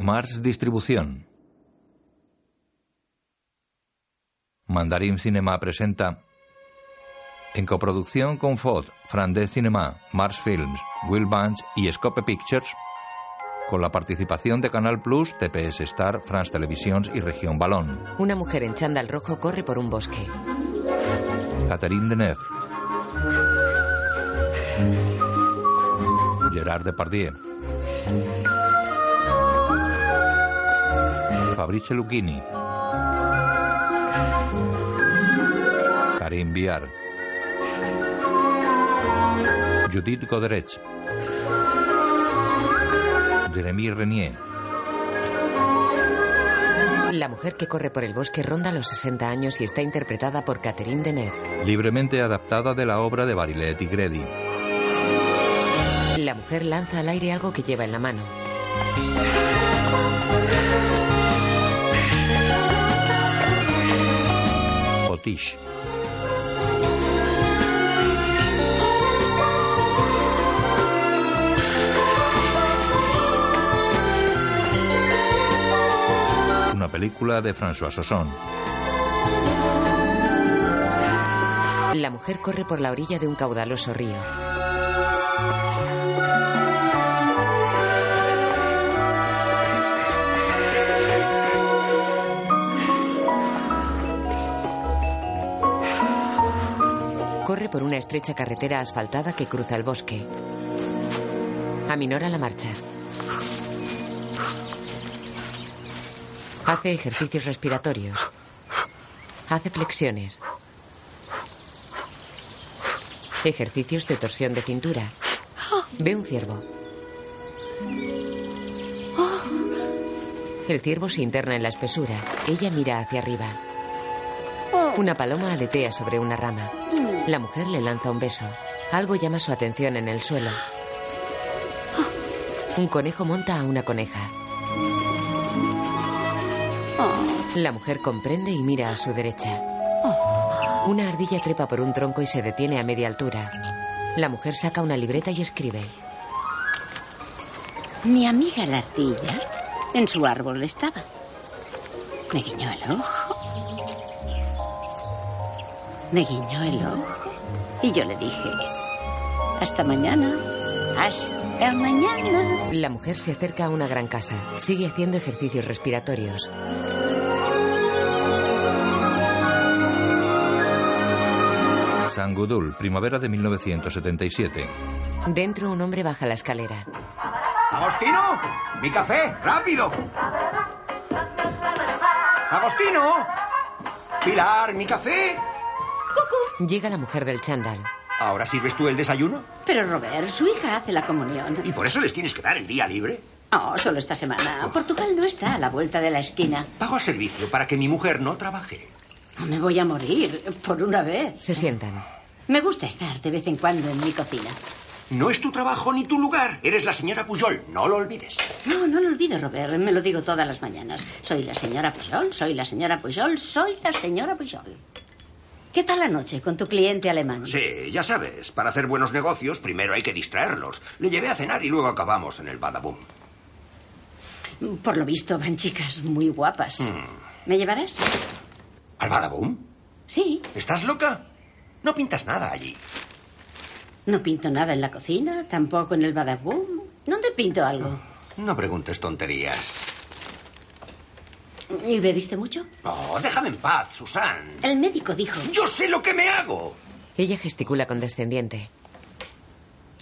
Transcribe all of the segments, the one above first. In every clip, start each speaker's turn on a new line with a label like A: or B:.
A: Mars Distribución. Mandarín Cinema presenta en coproducción con FOD, Frandez Cinema, Mars Films, Will Bunch y Scope Pictures, con la participación de Canal Plus, TPS Star, France Televisions y Región Balón.
B: Una mujer en chándal rojo corre por un bosque.
A: Catherine Deneuve. Gerard Depardieu. Fabrice Lucchini. Karim Biar. Judith Goderech. Jeremy Renier.
B: La mujer que corre por el bosque ronda los 60 años y está interpretada por Catherine Deneuve.
A: Libremente adaptada de la obra de Barillet y Gredi.
B: La mujer lanza al aire algo que lleva en la mano.
A: Otish. Una película de François Sosson.
B: La mujer corre por la orilla de un caudaloso río. Corre por una estrecha carretera asfaltada que cruza el bosque. Aminora la marcha. Hace ejercicios respiratorios. Hace flexiones. Ejercicios de torsión de cintura. Ve un ciervo. El ciervo se interna en la espesura. Ella mira hacia arriba. Una paloma aletea sobre una rama. La mujer le lanza un beso. Algo llama su atención en el suelo. Un conejo monta a una coneja. La mujer comprende y mira a su derecha. Una ardilla trepa por un tronco y se detiene a media altura. La mujer saca una libreta y escribe.
C: Mi amiga la ardilla en su árbol estaba. Me guiñó el ojo. Me guiñó el ojo. Y yo le dije, hasta mañana. Hasta mañana.
B: La mujer se acerca a una gran casa. Sigue haciendo ejercicios respiratorios.
A: Sangudul, primavera de 1977.
B: Dentro un hombre baja la escalera.
D: ¡Agostino! ¡Mi café! ¡Rápido! ¡Agostino! ¡Pilar, mi café!
B: Llega la mujer del chándal.
D: ¿Ahora sirves tú el desayuno?
C: Pero Robert, su hija hace la comunión.
D: ¿Y por eso les tienes que dar el día libre?
C: Oh, solo esta semana. Portugal no está a la vuelta de la esquina.
D: Pago a servicio para que mi mujer no trabaje.
C: No me voy a morir, por una vez.
B: Se sientan.
C: Me gusta estar de vez en cuando en mi cocina.
D: No es tu trabajo ni tu lugar. Eres la señora Pujol, no lo olvides.
C: No, no lo olvido, Robert. Me lo digo todas las mañanas. Soy la señora Pujol, soy la señora Pujol, soy la señora Pujol. ¿Qué tal la noche con tu cliente alemán?
D: Sí, ya sabes, para hacer buenos negocios primero hay que distraerlos. Le llevé a cenar y luego acabamos en el Badaboom.
C: Por lo visto van chicas muy guapas. ¿Me llevarás?
D: Hmm. ¿Al Badaboom?
C: Sí.
D: ¿Estás loca? No pintas nada allí.
C: No pinto nada en la cocina, tampoco en el badaboom. ¿Dónde pinto algo?
D: No preguntes tonterías.
C: ¿Y bebiste mucho?
D: Oh, déjame en paz, Susan.
C: El médico dijo,
D: Yo sé lo que me hago.
B: Ella gesticula condescendiente.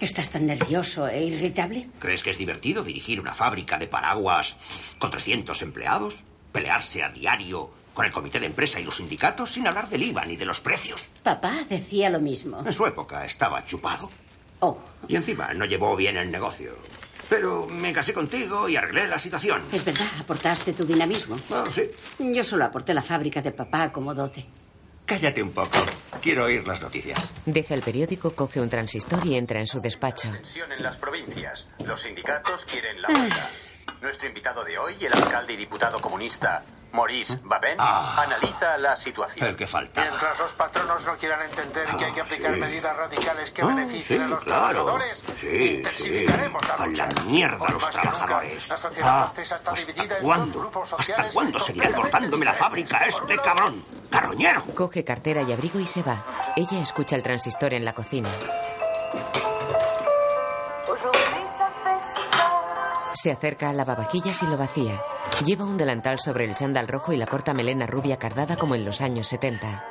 C: estás tan nervioso e irritable.
D: ¿Crees que es divertido dirigir una fábrica de paraguas con 300 empleados? ¿Pelearse a diario con el comité de empresa y los sindicatos sin hablar del IVA ni de los precios?
C: Papá decía lo mismo.
D: En su época estaba chupado.
C: Oh,
D: Y encima no llevó bien el negocio. Pero me casé contigo y arreglé la situación.
C: es verdad, aportaste tu dinamismo.
D: Ah, sí.
C: Yo solo aporté la fábrica de papá como dote.
D: Cállate un poco. Quiero oír las noticias.
B: Deja el periódico, coge un transistor y entra en su despacho.
E: Tensión en las provincias.
D: Ah.
E: Los sindicatos quieren la huelga. Nuestro invitado de hoy, el alcalde y diputado comunista Maurice Babin
D: Ah.
E: analiza la situación.
D: El que faltaba. Ah,
F: Mientras los patronos no quieran entender que hay que aplicar
D: sí.
F: medidas radicales que
D: Ah,
F: beneficien
D: sí,
F: a los
D: claro.
F: trabajadores,
D: Sí,
F: intensificaremos
D: sí.
F: la
D: A la
F: lucha.
D: mierda
F: Hoy
D: los
F: más que
D: trabajadores.
F: nunca, la sociedad
D: Ah,
F: francesa está
D: ¿hasta
F: dividida en
D: cuándo?
F: dos grupos
D: ¿Hasta
F: sociales
D: cuándo seguirá
F: completamente
D: engordándome la
F: diferentes.
D: fábrica
F: Por un
D: este
F: lado,
D: cabrón? ¡Carroñero!
B: Coge cartera y abrigo y se va. Ella escucha el transistor en la cocina. Se acerca a lavavajillas y lo vacía. Lleva un delantal sobre el chándal rojo y la corta melena rubia cardada como en los años 70.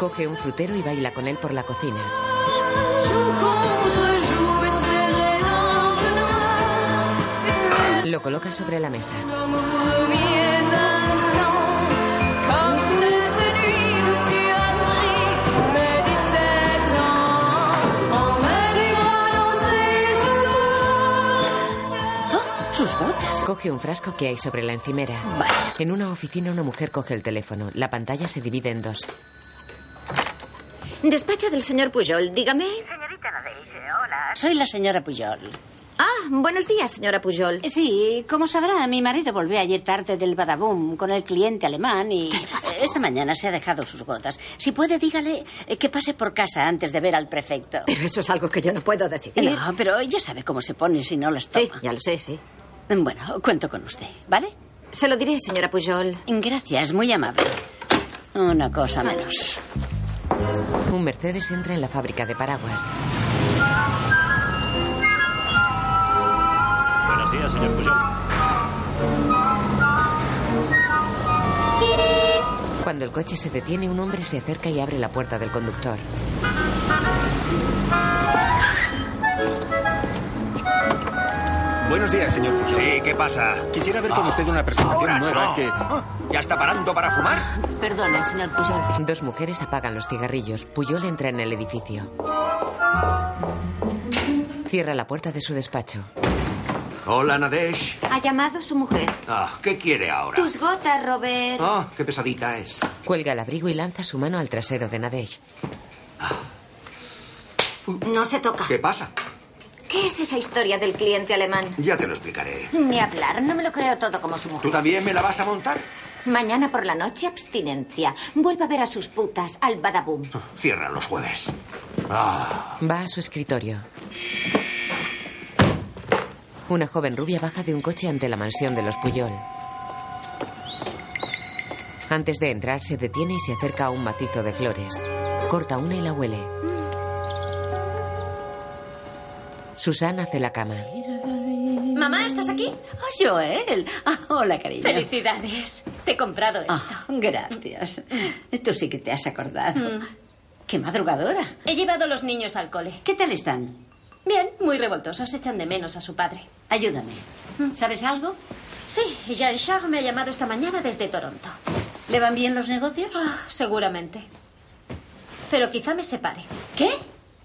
B: Coge un frutero y baila con él por la cocina. Lo coloca sobre la mesa.
C: Sus botas.
B: Coge un frasco que hay sobre la encimera.
C: Vaya.
B: En una oficina una mujer coge el teléfono. La pantalla se divide en dos.
G: Despacho del señor Pujol, dígame.
C: Soy la señora Pujol.
G: Ah, buenos días, señora Pujol.
C: Sí, como sabrá, mi marido volvió ayer tarde del Badaboom con el cliente alemán y eh, esta mañana se ha dejado sus gotas. Si puede, dígale eh, que pase por casa antes de ver al prefecto.
G: Pero eso es algo que yo no puedo decidir.
C: No, pero ella sabe cómo se pone si no las
G: eh, sí,
C: toma.
G: ya lo sé, sí.
C: Bueno, cuento con usted, ¿vale?
G: Se lo diré, señora Pujol.
C: Gracias, muy amable. Una cosa menos.
B: Un Mercedes entra en la fábrica de paraguas.
H: Buenos días, señor Pujol.
B: Cuando el coche se detiene, un hombre se acerca y abre la puerta del conductor.
E: Buenos días, señor Pujol.
D: Sí, ¿qué pasa? Ah,
E: Quisiera ver con usted una presentación
D: Ahora
E: nueva
D: no. Ah,
E: que...
D: ¿Ya está parando para fumar?
G: Perdone, señor Pujol.
B: Dos mujeres apagan los cigarrillos. Puyol entra en el edificio. Cierra la puerta de su despacho.
D: Hola, Nadesh.
G: Ha llamado su mujer.
D: Ah, ¿qué quiere ahora?
G: Tus gotas, Robert.
C: Oh.
D: Ah, qué pesadita es.
B: Cuelga el abrigo y lanza su mano al trasero de Nadesh.
G: No se toca.
D: Ah. ¿Qué pasa?
G: ¿Qué es esa historia del cliente alemán?
D: Ya te lo explicaré.
G: Ni hablar, no me lo creo todo como su
D: ¿Tú
G: mujer.
D: también me la vas a montar?
G: Mañana por la noche, abstinencia. Vuelva a ver a sus putas, al badaboom.
C: Ah.
D: Cierra los jueves. Ah,
B: Va a su escritorio. Una joven rubia baja de un coche ante la mansión de los Puyol. Antes de entrar, se detiene y se acerca a un macizo de flores. Corta una y la huele. Susan hace la cama.
G: Mamá, ¿estás aquí?
C: Oh, Joel. Ah, hola, cariño.
I: Felicidades. Te he comprado esto.
C: Ah, gracias. Tú sí que te has acordado.
G: Mm.
C: Qué madrugadora.
I: He llevado a los niños al cole.
C: ¿Qué tal están?
I: Bien, muy revoltosos. Echan de menos a su padre. Mm.
C: Ayúdame. ¿Sabes algo?
I: Sí, Jean-Charles me ha llamado esta mañana desde Toronto.
C: ¿Le van bien los negocios?
I: Ah, seguramente. Pero quizá me separe. ¿Qué?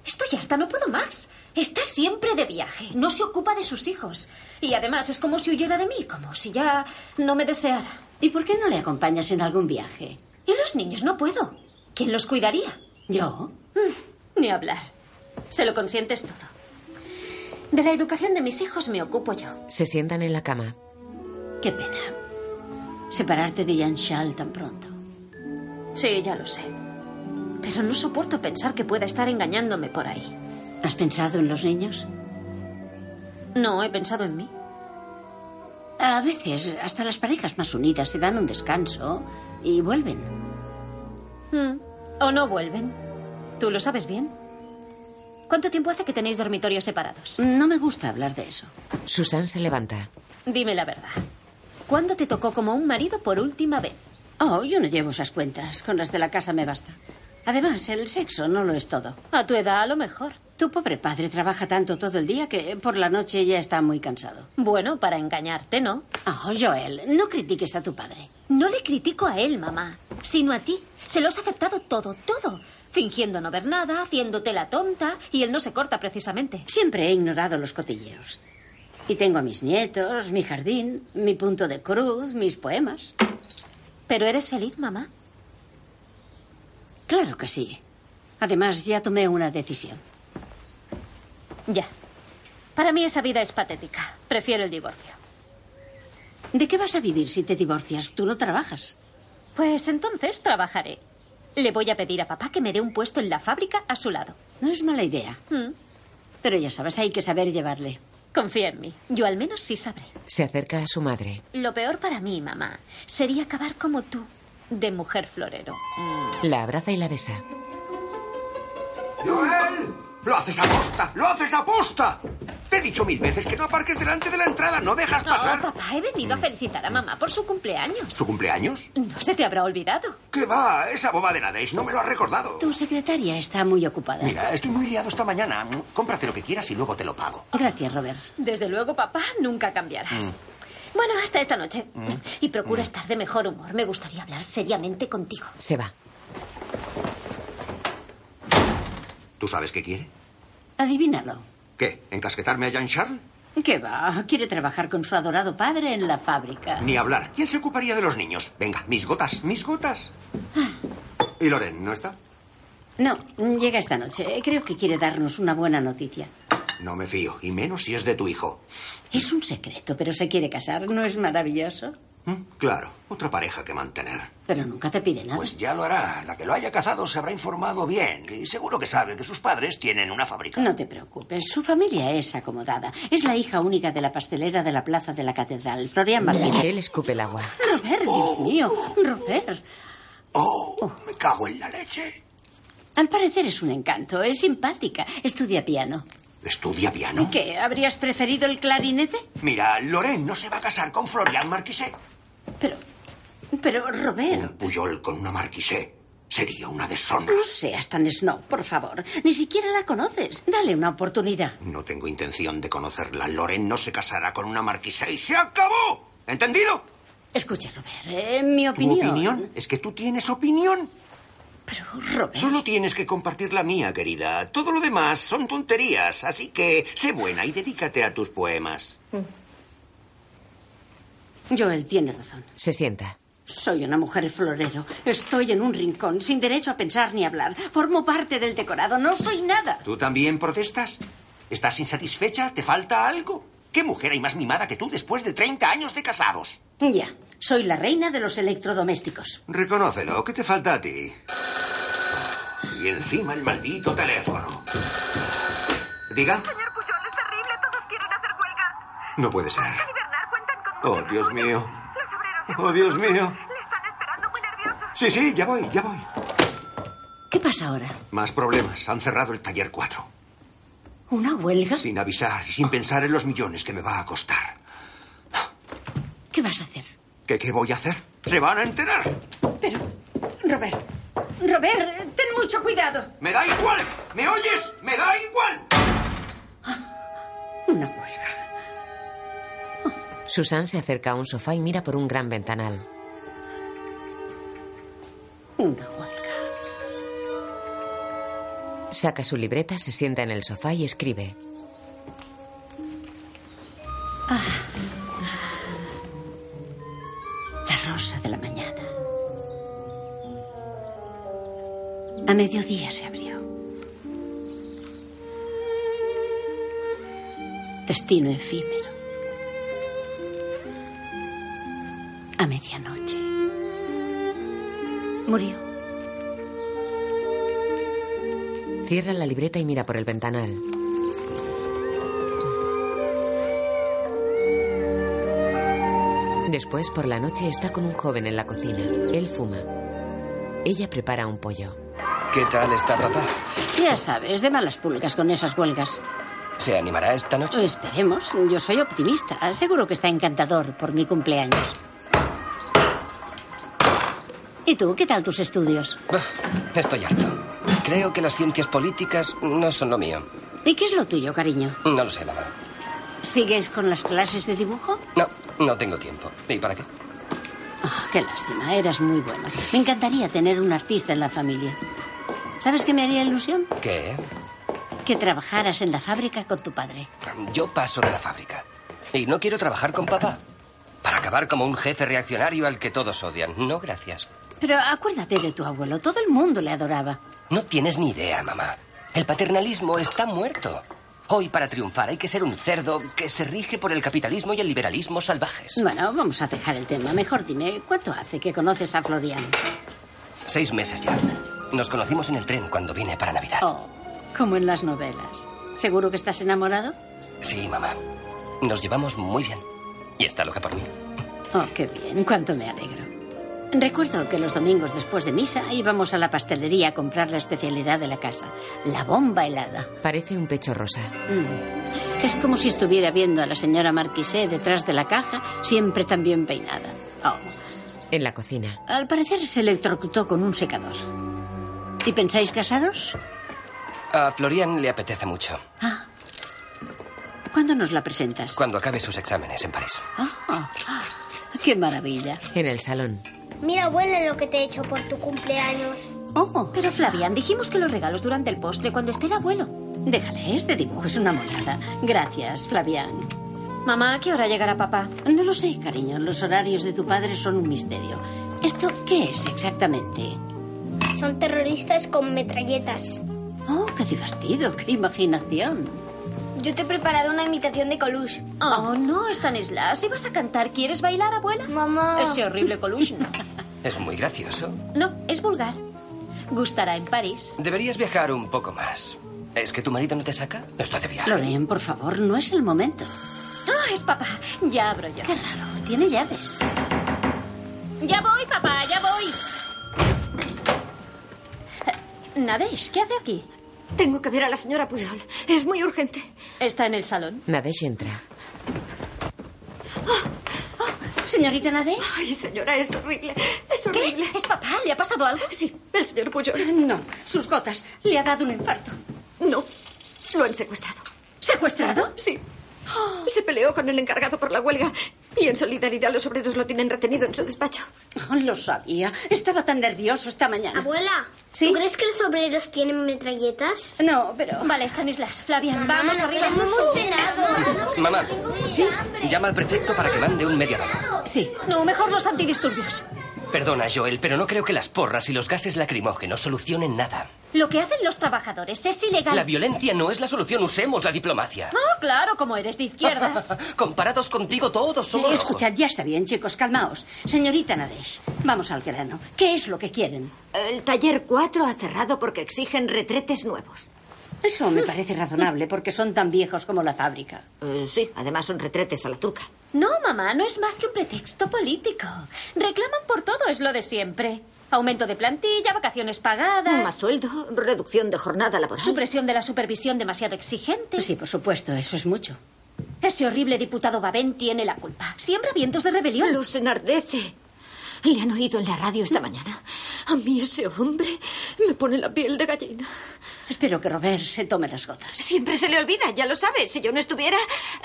I: Estoy harta, no puedo más. Está siempre de viaje. No se ocupa de sus hijos. Y además es como si huyera de mí, como si ya no me deseara.
C: ¿Y por qué no le acompañas en algún viaje?
I: Y los niños no puedo. ¿Quién los cuidaría?
C: ¿Yo?
I: Mm, Ni hablar. Se lo consientes todo. De la educación de mis hijos me ocupo yo.
B: Se sientan en la cama.
C: Qué pena. Separarte de Jan Schall tan pronto.
I: Sí, ya lo sé. Pero no soporto pensar que pueda estar engañándome por ahí.
C: ¿Has pensado en los niños?
I: No he pensado en mí.
C: A veces, eh, hasta las parejas más unidas se dan un descanso y vuelven.
I: Mm, O no vuelven. Tú lo sabes bien. ¿Cuánto tiempo hace que tenéis dormitorios separados?
C: No me gusta hablar de eso.
B: Susan se levanta.
I: Dime la verdad. ¿Cuándo te tocó como un marido por última vez?
C: Oh, yo no llevo esas cuentas. Con las de la casa me basta. Además, el sexo no lo es todo.
I: A tu edad, a lo mejor.
C: Tu pobre padre trabaja tanto todo el día que por la noche ya está muy cansado.
I: Bueno, para engañarte, ¿no?
C: Oh, Joel, no critiques a tu padre.
I: No le critico a él, mamá, sino a ti. Se lo has aceptado todo, todo. Fingiendo no ver nada, haciéndote la tonta, y él no se corta precisamente.
C: Siempre he ignorado los cotilleos. Y tengo a mis nietos, mi jardín, mi punto de cruz, mis poemas.
I: Pero eres feliz, mamá.
C: Claro que sí. Además, ya tomé una decisión.
I: Ya. Para mí esa vida es patética. Prefiero el divorcio.
C: ¿De qué vas a vivir si te divorcias? Tú no trabajas.
I: Pues entonces trabajaré. Le voy a pedir a papá que me dé un puesto en la fábrica a su lado.
C: No es mala idea.
I: Mm,
C: Pero ya sabes, hay que saber llevarle.
I: Confía en mí. Yo al menos sí sabré.
B: Se acerca a su madre.
I: Lo peor para mí, mamá, sería acabar como tú, de mujer florero.
B: La abraza y la besa.
D: ¡Joel! ¡Lo haces a posta! ¡Lo haces a posta! Te he dicho mil veces que no aparques delante de la entrada, no dejas
I: No,
D: pasar. Mm.
I: papá, he venido a felicitar a mamá por su
C: Ah.
I: cumpleaños.
D: ¿Su cumpleaños?
I: No se te habrá olvidado.
D: ¿Qué va? Esa boba de Nadeix no me lo ha recordado.
C: Tu secretaria está muy ocupada.
D: Mira, estoy muy liado esta mañana. Cómprate lo que quieras y luego te lo pago.
C: Gracias, Robert.
I: Desde luego, papá, nunca
D: Mm.
I: cambiarás. Bueno, hasta esta noche. Y procura estar de mejor humor. Me gustaría hablar seriamente contigo.
B: Se va.
D: ¿Tú sabes qué quiere?
C: Adivínalo.
D: ¿Qué? ¿Encasquetarme a Jean Charles?
C: ¿Qué va? Quiere trabajar con su adorado padre en la fábrica.
D: Ni hablar. ¿Quién se ocuparía de los niños? Venga, mis gotas, mis gotas.
C: Ah.
D: ¿Y Loren no está?
C: No, llega esta noche. Creo que quiere darnos una buena noticia.
D: No me fío, y menos si es de tu hijo.
C: Es un secreto, pero se quiere casar. ¿No es maravilloso?
D: Mm, Claro, otra pareja que mantener.
C: Pero nunca te pide nada.
D: Pues ya lo hará. La que lo haya cazado se habrá informado bien. Y seguro que sabe que sus padres tienen una fábrica.
C: No te preocupes, su familia es acomodada. Es la hija única de la pastelera de la plaza de la catedral, Florian Martínez.
B: Michelle escupe el agua.
C: Robert, Dios mío, Robert.
D: ¡Oh! Me cago en la leche.
C: Al parecer es un encanto, es simpática, estudia piano.
D: ¿Estudia piano?
C: ¿Qué? ¿Habrías preferido el clarinete?
D: Mira, Loren no se va a casar con Florian Marquisé.
C: Pero. Pero, Robert.
D: Un puyol con una Marquisé sería una deshonra.
C: No seas tan snob, por favor. Ni siquiera la conoces. Dale una oportunidad.
D: No tengo intención de conocerla. Loren no se casará con una Marquisé y se acabó. ¿Entendido?
C: Escucha, Robert, eh, en mi
D: ¿Tu
C: opinión.
D: opinión? ¿Es que tú tienes opinión?
C: Pero, Robert.
D: Solo tienes que compartir la mía, querida. Todo lo demás son tonterías, así que sé buena y dedícate a tus poemas.
C: Joel tiene razón.
B: Se sienta.
C: Soy una mujer florero. Estoy en un rincón, sin derecho a pensar ni hablar. Formo parte del decorado. No soy nada.
D: ¿Tú también protestas? ¿Estás insatisfecha? ¿Te falta algo? ¿Qué mujer hay más mimada que tú después de 30 años de casados?
C: Ya. Soy la reina de los electrodomésticos.
D: Reconócelo, ¿qué te falta a ti? Y encima el maldito teléfono. Diga.
H: Señor Puyol, es terrible. Todos quieren hacer huelga.
D: No puede ser.
H: Hibernar cuentan con muchos
D: Oh, Dios
H: apoyos.
D: mío.
H: Los obreros de
D: Oh, Dios mío.
H: Le están esperando muy nerviosos.
D: Sí, sí, ya voy, ya voy.
C: ¿Qué pasa ahora?
D: Más problemas. Han cerrado el taller 4.
C: ¿Una huelga?
D: Sin avisar y sin pensar en los millones que me va a costar.
C: ¿Qué vas a hacer?
D: ¿Qué, qué voy a hacer? ¡Se van a enterar!
C: Pero, Robert. Robert, ten mucho cuidado.
D: ¡Me da igual! ¿Me oyes? ¡Me da igual!
C: Una huelga.
B: Susan se acerca a un sofá y mira por un gran ventanal.
C: Una huelga.
B: Saca su libreta, se sienta en el sofá y escribe.
C: La rosa de la mañana. A mediodía se abrió. Destino efímero. A medianoche. Murió.
B: Cierra la libreta y mira por el ventanal. Después, por la noche, está con un joven en la cocina. Él fuma. Ella prepara un pollo.
J: ¿Qué tal está papá?
C: Ya sabes, de malas pulgas con esas huelgas.
J: ¿Se animará esta noche?
C: Esperemos, yo soy optimista. Seguro que está encantador por mi cumpleaños. ¿Y tú, qué tal tus estudios?
J: Bah, Estoy harto. Creo que las ciencias políticas no son lo mío.
C: ¿Y qué es lo tuyo, cariño?
J: No lo sé, mamá.
C: ¿Sigues con las clases de dibujo?
J: No, no tengo tiempo. ¿Y para qué?
C: Ah, qué lástima, eras muy buena. Me encantaría tener un artista en la familia. ¿Sabes qué me haría ilusión?
J: ¿Qué?
C: Que trabajaras en la fábrica con tu padre.
J: Yo paso de la fábrica. Y no quiero trabajar con papá. Para acabar como un jefe reaccionario al que todos odian. No, gracias.
C: Pero acuérdate de tu abuelo, todo el mundo le adoraba.
J: No tienes ni idea, mamá. El paternalismo está muerto. Hoy para triunfar hay que ser un cerdo que se rige por el capitalismo y el liberalismo salvajes.
C: Bueno, vamos a dejar el tema. Mejor dime, ¿cuánto hace que conoces a Florian?
J: Seis meses ya. Nos conocimos en el tren cuando vine para Navidad.
C: Oh, como en las novelas. ¿Seguro que estás enamorado?
J: Sí, mamá. Nos llevamos muy bien. Y está loca por mí.
C: Oh, qué bien, cuánto me alegro. Recuerdo que los domingos después de misa íbamos a la pastelería a comprar la especialidad de la casa, la bomba helada.
B: Parece un pecho rosa.
C: Mm. Es como si estuviera viendo a la señora Marquisé detrás de la caja, siempre tan bien peinada. Oh.
B: En la cocina.
C: Al parecer se electrocutó con un secador. ¿Y pensáis casados?
J: A Florian le apetece mucho.
C: Ah. ¿Cuándo nos la presentas?
J: Cuando acabe sus exámenes en París.
C: Oh, ¡Qué maravilla!
B: En el salón.
K: Mira, abuela, lo que te he hecho por tu cumpleaños.
I: Oh, Pero Flavian, dijimos que los regalos durante el postre cuando esté el abuelo.
C: Déjale, este dibujo es una monada. Gracias, Flavian.
I: Mamá, ¿a qué hora llegará papá?
C: No lo sé, cariño. Los horarios de tu padre son un misterio. ¿Esto qué es exactamente?
K: Son terroristas con metralletas.
C: Oh, qué divertido, qué imaginación.
K: Yo te he preparado una imitación de Coluche.
I: Oh, no, Stanislas, si vas a cantar, ¿quieres bailar, abuela?
K: Mamá.
I: Ese horrible Coluche no.
J: Es muy gracioso.
I: No, es vulgar. Gustará en París.
J: Deberías viajar un poco más. ¿Es que tu marido no te saca? Está de viaje.
C: Loren, por favor, no es el momento.
I: Ah, es papá. Ya abro yo.
C: Qué raro, tiene llaves.
I: Ya voy, papá, ya voy. Nadesh, ¿qué hace aquí?
L: Tengo que ver a la señora Pujol. Es muy urgente.
I: Está en el salón.
B: Nadesh entra.
C: Señorita Nadesh.
L: Ay, señora, es horrible. Es horrible.
I: ¿Es papá? ¿Le ha pasado algo?
L: Sí, el señor Pujol.
C: No, sus gotas. Le ha dado un infarto.
L: No, lo han secuestrado.
I: ¿Secuestrado?
L: Sí.
C: Ah.
L: Se peleó con el encargado por la huelga y en solidaridad los obreros lo tienen retenido en su despacho.
C: Oh, lo sabía. Estaba tan nervioso esta mañana.
K: Abuela,
C: ¿Sí?
K: ¿tú crees que los obreros tienen metralletas?
C: No, pero...
I: Vale, Stanislas, Flavian, vamos
K: Mamá,
I: arriba.
K: pero no hemos cenado.
J: Mamá, llama al prefecto para que mande un mediador.
C: Sí.
I: No, mejor los antidisturbios.
J: Perdona, Joel, pero no creo que las porras y los gases lacrimógenos solucionen nada.
I: Lo que hacen los trabajadores es ilegal.
J: La violencia no es la solución, usemos la diplomacia.
I: Ah, claro, como eres de izquierdas.
J: Comparados contigo, todos somos. rojos.
C: Eh, Escuchad, ya está bien, chicos, calmaos. Señorita Nadesh, vamos al grano. ¿Qué es lo que quieren?
L: El taller 4 ha cerrado porque exigen retretes nuevos.
C: Eso Oh, me parece razonable porque son tan viejos como la fábrica.
L: Eh, sí, además son retretes a la turca.
I: No, mamá, no es más que un pretexto político. Reclaman por todo, es lo de siempre. Aumento de plantilla, vacaciones pagadas,
L: Más sueldo, ¿eh? reducción de jornada laboral.
I: supresión de la supervisión demasiado exigente.
C: Sí, por supuesto, eso es mucho.
I: Ese horrible diputado Babén tiene la culpa. Siembra vientos de rebelión.
L: Los enardece. Le han oído en la radio esta mañana. A mí ese hombre me pone la piel de gallina.
C: Espero que Robert se tome las gotas.
L: Siempre se le olvida, ya lo sabe. Si yo no estuviera...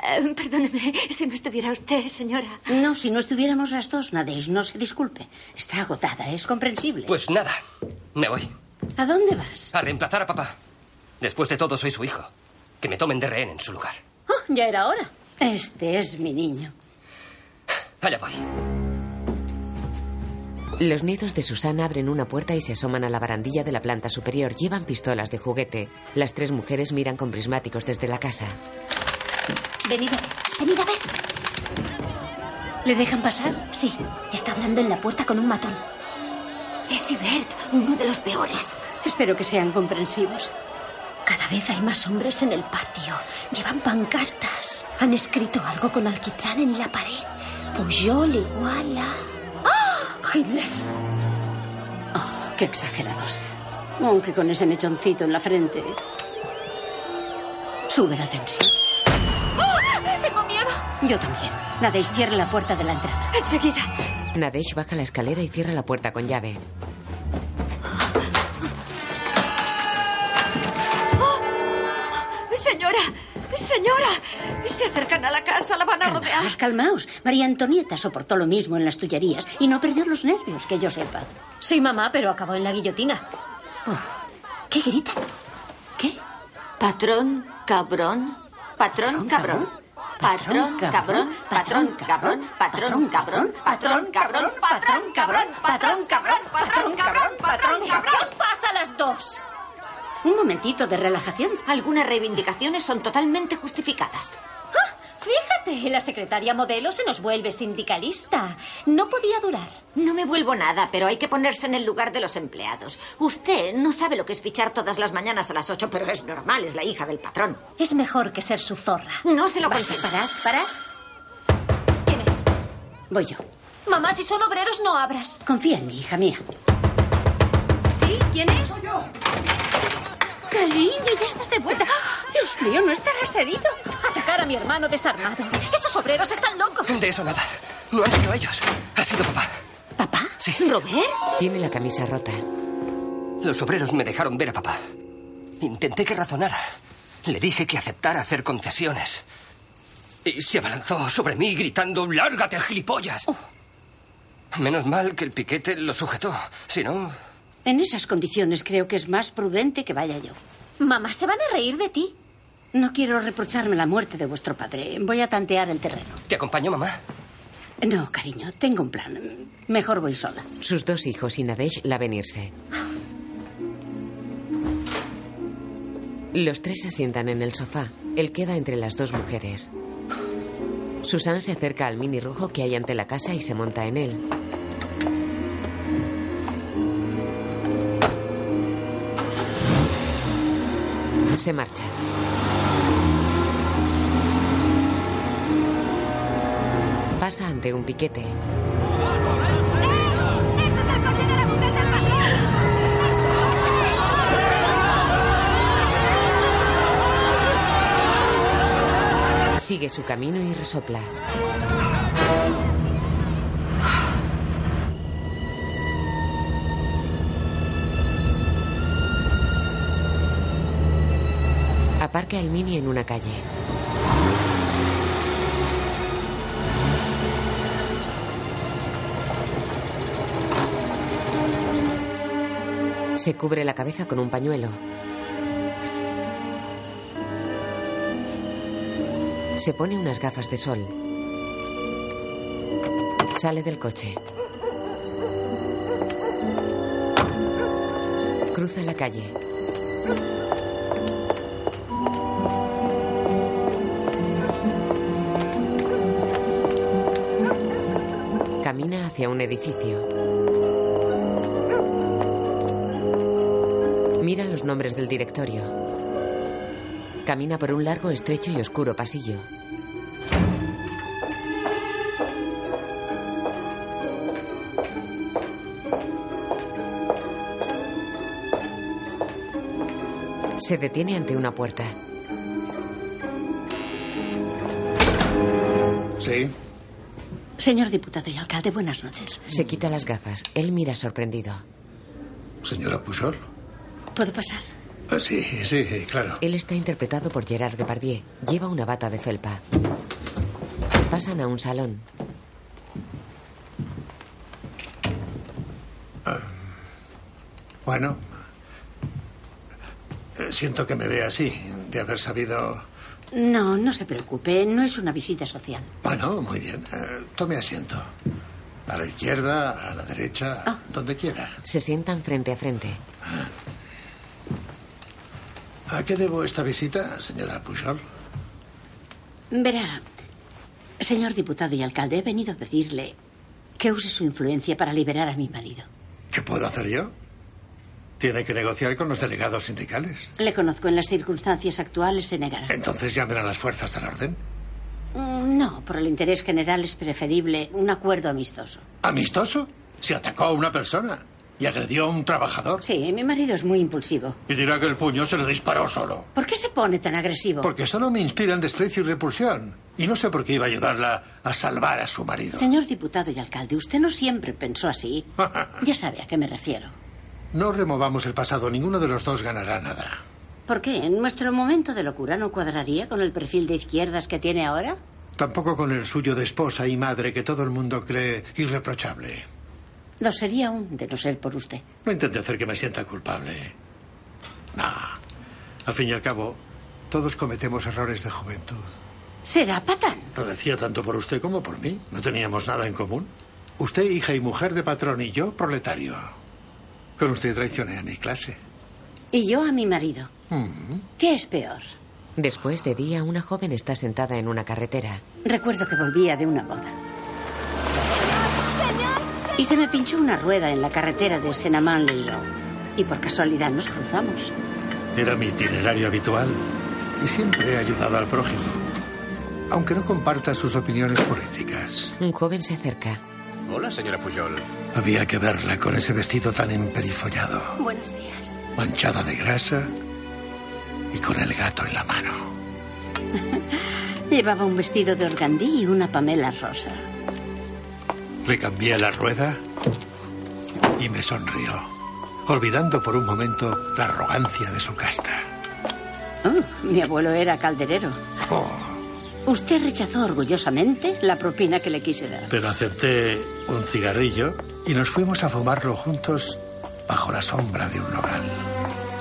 L: eh, perdóneme, si no estuviera usted, señora.
C: No, si no estuviéramos las dos, Nadesh, no se disculpe. Está agotada, es comprensible.
J: Pues nada, me voy.
C: ¿A dónde vas?
J: A reemplazar a papá. Después de todo, soy su hijo. Que me tomen de rehén en su lugar.
I: Ah, ya era hora.
C: Este es mi niño.
J: Allá voy.
B: Los nietos de Susana abren una puerta y se asoman a la barandilla de la planta superior. Llevan pistolas de juguete. Las tres mujeres miran con prismáticos desde la casa.
I: Venid a ver, venid a ver. ¿Le dejan pasar? Sí, está hablando en la puerta con un matón.
L: Es Ibert, uno de los peores.
C: Espero que sean comprensivos.
I: Cada vez hay más hombres en el patio. Llevan pancartas. Han escrito algo con alquitrán en la pared. Pues Puyol igual a... ¡Ah! ¡Hitler!
C: Oh, qué exagerados. Aunque con ese mechoncito en la frente. Sube la tensión.
I: ¡Ah! ¡Tengo miedo!
C: Yo también. Nadesh, cierre la puerta de la entrada.
L: Enseguida.
B: Nadesh baja la escalera y cierra la puerta con llave.
L: ¡Oh! ¡Señora! ¡Señora! Se acercan a la casa, la van a
I: Ah.
L: rodear.
C: Calmaos, calmaos. María Antonieta soportó lo mismo en las tullerías y no perdió los nervios, que yo sepa.
I: Soy mamá, pero acabó en la guillotina. Oh. ¿Qué gritan?
G: Patrón, cabrón. Patrón, cabrón. Patrón, cabrón. Patrón, cabrón. Patrón, cabrón. Patrón, cabrón. Patrón, cabrón. Patrón, cabrón. Patrón, cabrón. Patrón, cabrón.
I: ¿Qué os pasa a las dos?
C: Un momentito de relajación.
G: Algunas reivindicaciones son totalmente justificadas.
I: Ah, Fíjate, la secretaria modelo se nos vuelve sindicalista. No podía durar.
G: No me vuelvo nada, pero hay que ponerse en el lugar de los empleados. Usted no sabe lo que es fichar todas las mañanas a las ocho, pero es normal, es la hija del patrón.
I: Es mejor que ser su zorra.
G: No se lo
I: Vale,
G: concedo.
I: parad, parad. ¿Quién es?
C: Voy yo.
I: Mamá, si son obreros, no abras.
C: Confía en mí, hija mía.
I: ¿Sí? ¿Quién es?
C: Cariño, ya estás de vuelta. ¡Ah! Dios mío, no estarás herido.
I: Atacar a mi hermano desarmado. Esos obreros están locos.
J: De eso nada. No han sido ellos. Ha sido papá.
G: ¿Robert?
B: Tiene la camisa rota.
J: Los obreros me dejaron ver a papá. Intenté que razonara. Le dije que aceptara hacer concesiones. Y se abalanzó sobre mí gritando, ¡lárgate, gilipollas! Menos mal que el piquete lo sujetó. Si no...
C: En esas condiciones creo que es más prudente que vaya yo.
I: Mamá, se van a reír de ti.
C: No quiero reprocharme la muerte de vuestro padre. Voy a tantear el terreno.
J: ¿Te acompaño, mamá?
C: No, cariño, tengo un plan. Mejor voy sola.
B: Sus dos hijos y Nadesh la ven irse. Los tres se sientan en el sofá. Él queda entre las dos mujeres. Susan se acerca al mini rojo que hay ante la casa y se monta en él. Se marcha. Pasa ante un piquete. Sigue su camino y resopla. Aparca el mini en una calle. Se cubre la cabeza con un pañuelo. Se pone unas gafas de sol. Sale del coche. Cruza la calle. Camina hacia un edificio. Mira los nombres del directorio. Camina por un largo, estrecho y oscuro pasillo. Se detiene ante una puerta.
E: Sí.
C: Señor diputado y alcalde, buenas noches.
B: Se quita las gafas. Él mira sorprendido.
E: Señora Pujol.
C: ¿Puedo pasar?
E: Ah, sí, sí, claro.
B: Él está interpretado por Gerard Depardieu. Lleva una bata de felpa. Pasan a un salón.
E: Bueno. eh, Siento que me vea así, de haber sabido.
C: No, no se preocupe, no es una visita social.
E: Bueno, muy bien. eh, tome asiento. A la izquierda, a la derecha, donde quiera.
B: Ah.
E: Ah.
B: Se sientan frente a frente.
E: ¿A qué debo esta visita, señora Pujol?
C: Verá, señor diputado y alcalde, he venido a pedirle que use su influencia para liberar a mi marido.
E: ¿Qué puedo hacer yo? Tiene que negociar con los delegados sindicales.
C: Le conozco en las circunstancias actuales, se negará.
E: Entonces llamen a las fuerzas del orden.
C: Mm, No, por el interés general es preferible un acuerdo amistoso.
E: ¿Amistoso? Se atacó a una persona y agredió a un trabajador.
C: Sí, mi marido es muy impulsivo.
E: Y dirá que el puño se le disparó solo.
C: ¿Por qué se pone tan agresivo?
E: Porque solo me inspiran desprecio y repulsión. Y no sé por qué iba a ayudarla a salvar a su marido.
C: Señor diputado y alcalde, usted no siempre pensó así. Ya sabe a qué me refiero.
E: No removamos el pasado, ninguno de los dos ganará nada.
C: ¿Por qué? ¿En nuestro momento de locura no cuadraría con el perfil de izquierdas que tiene ahora?
E: Tampoco con el suyo de esposa y madre que todo el mundo cree irreprochable.
C: Lo sería aún de no ser por usted.
E: No intente hacer que me sienta culpable. No. Al fin y al cabo, todos cometemos errores de juventud.
C: ¿Será patán?
E: Lo decía tanto por usted como por mí. No teníamos nada en común. Usted, hija y mujer de patrón, y yo, proletario. Con usted traicioné a mi clase.
C: Y yo a mi marido. ¿Qué es peor?
B: Mm. Después de día, una joven está sentada en una carretera.
C: Recuerdo que volvía de una boda. Y se me pinchó una rueda en la carretera de senamán les Y por casualidad nos cruzamos.
E: Era mi itinerario habitual y siempre he ayudado al prójimo, aunque no comparta sus opiniones políticas.
B: Un joven se acerca.
M: Hola, señora Pujol.
E: Había que verla con ese vestido tan emperifollado,
M: Buenos días.
E: manchada de grasa y con el gato en la mano.
C: Llevaba un vestido de organdí y una pamela rosa.
E: Le cambié la rueda y me sonrió, olvidando por un momento la arrogancia de su casta.
C: Oh, mi abuelo era calderero.
E: Oh,
C: Usted rechazó orgullosamente la propina que le quise dar.
E: pero acepté un cigarrillo y nos fuimos a fumarlo juntos bajo la sombra de un nogal.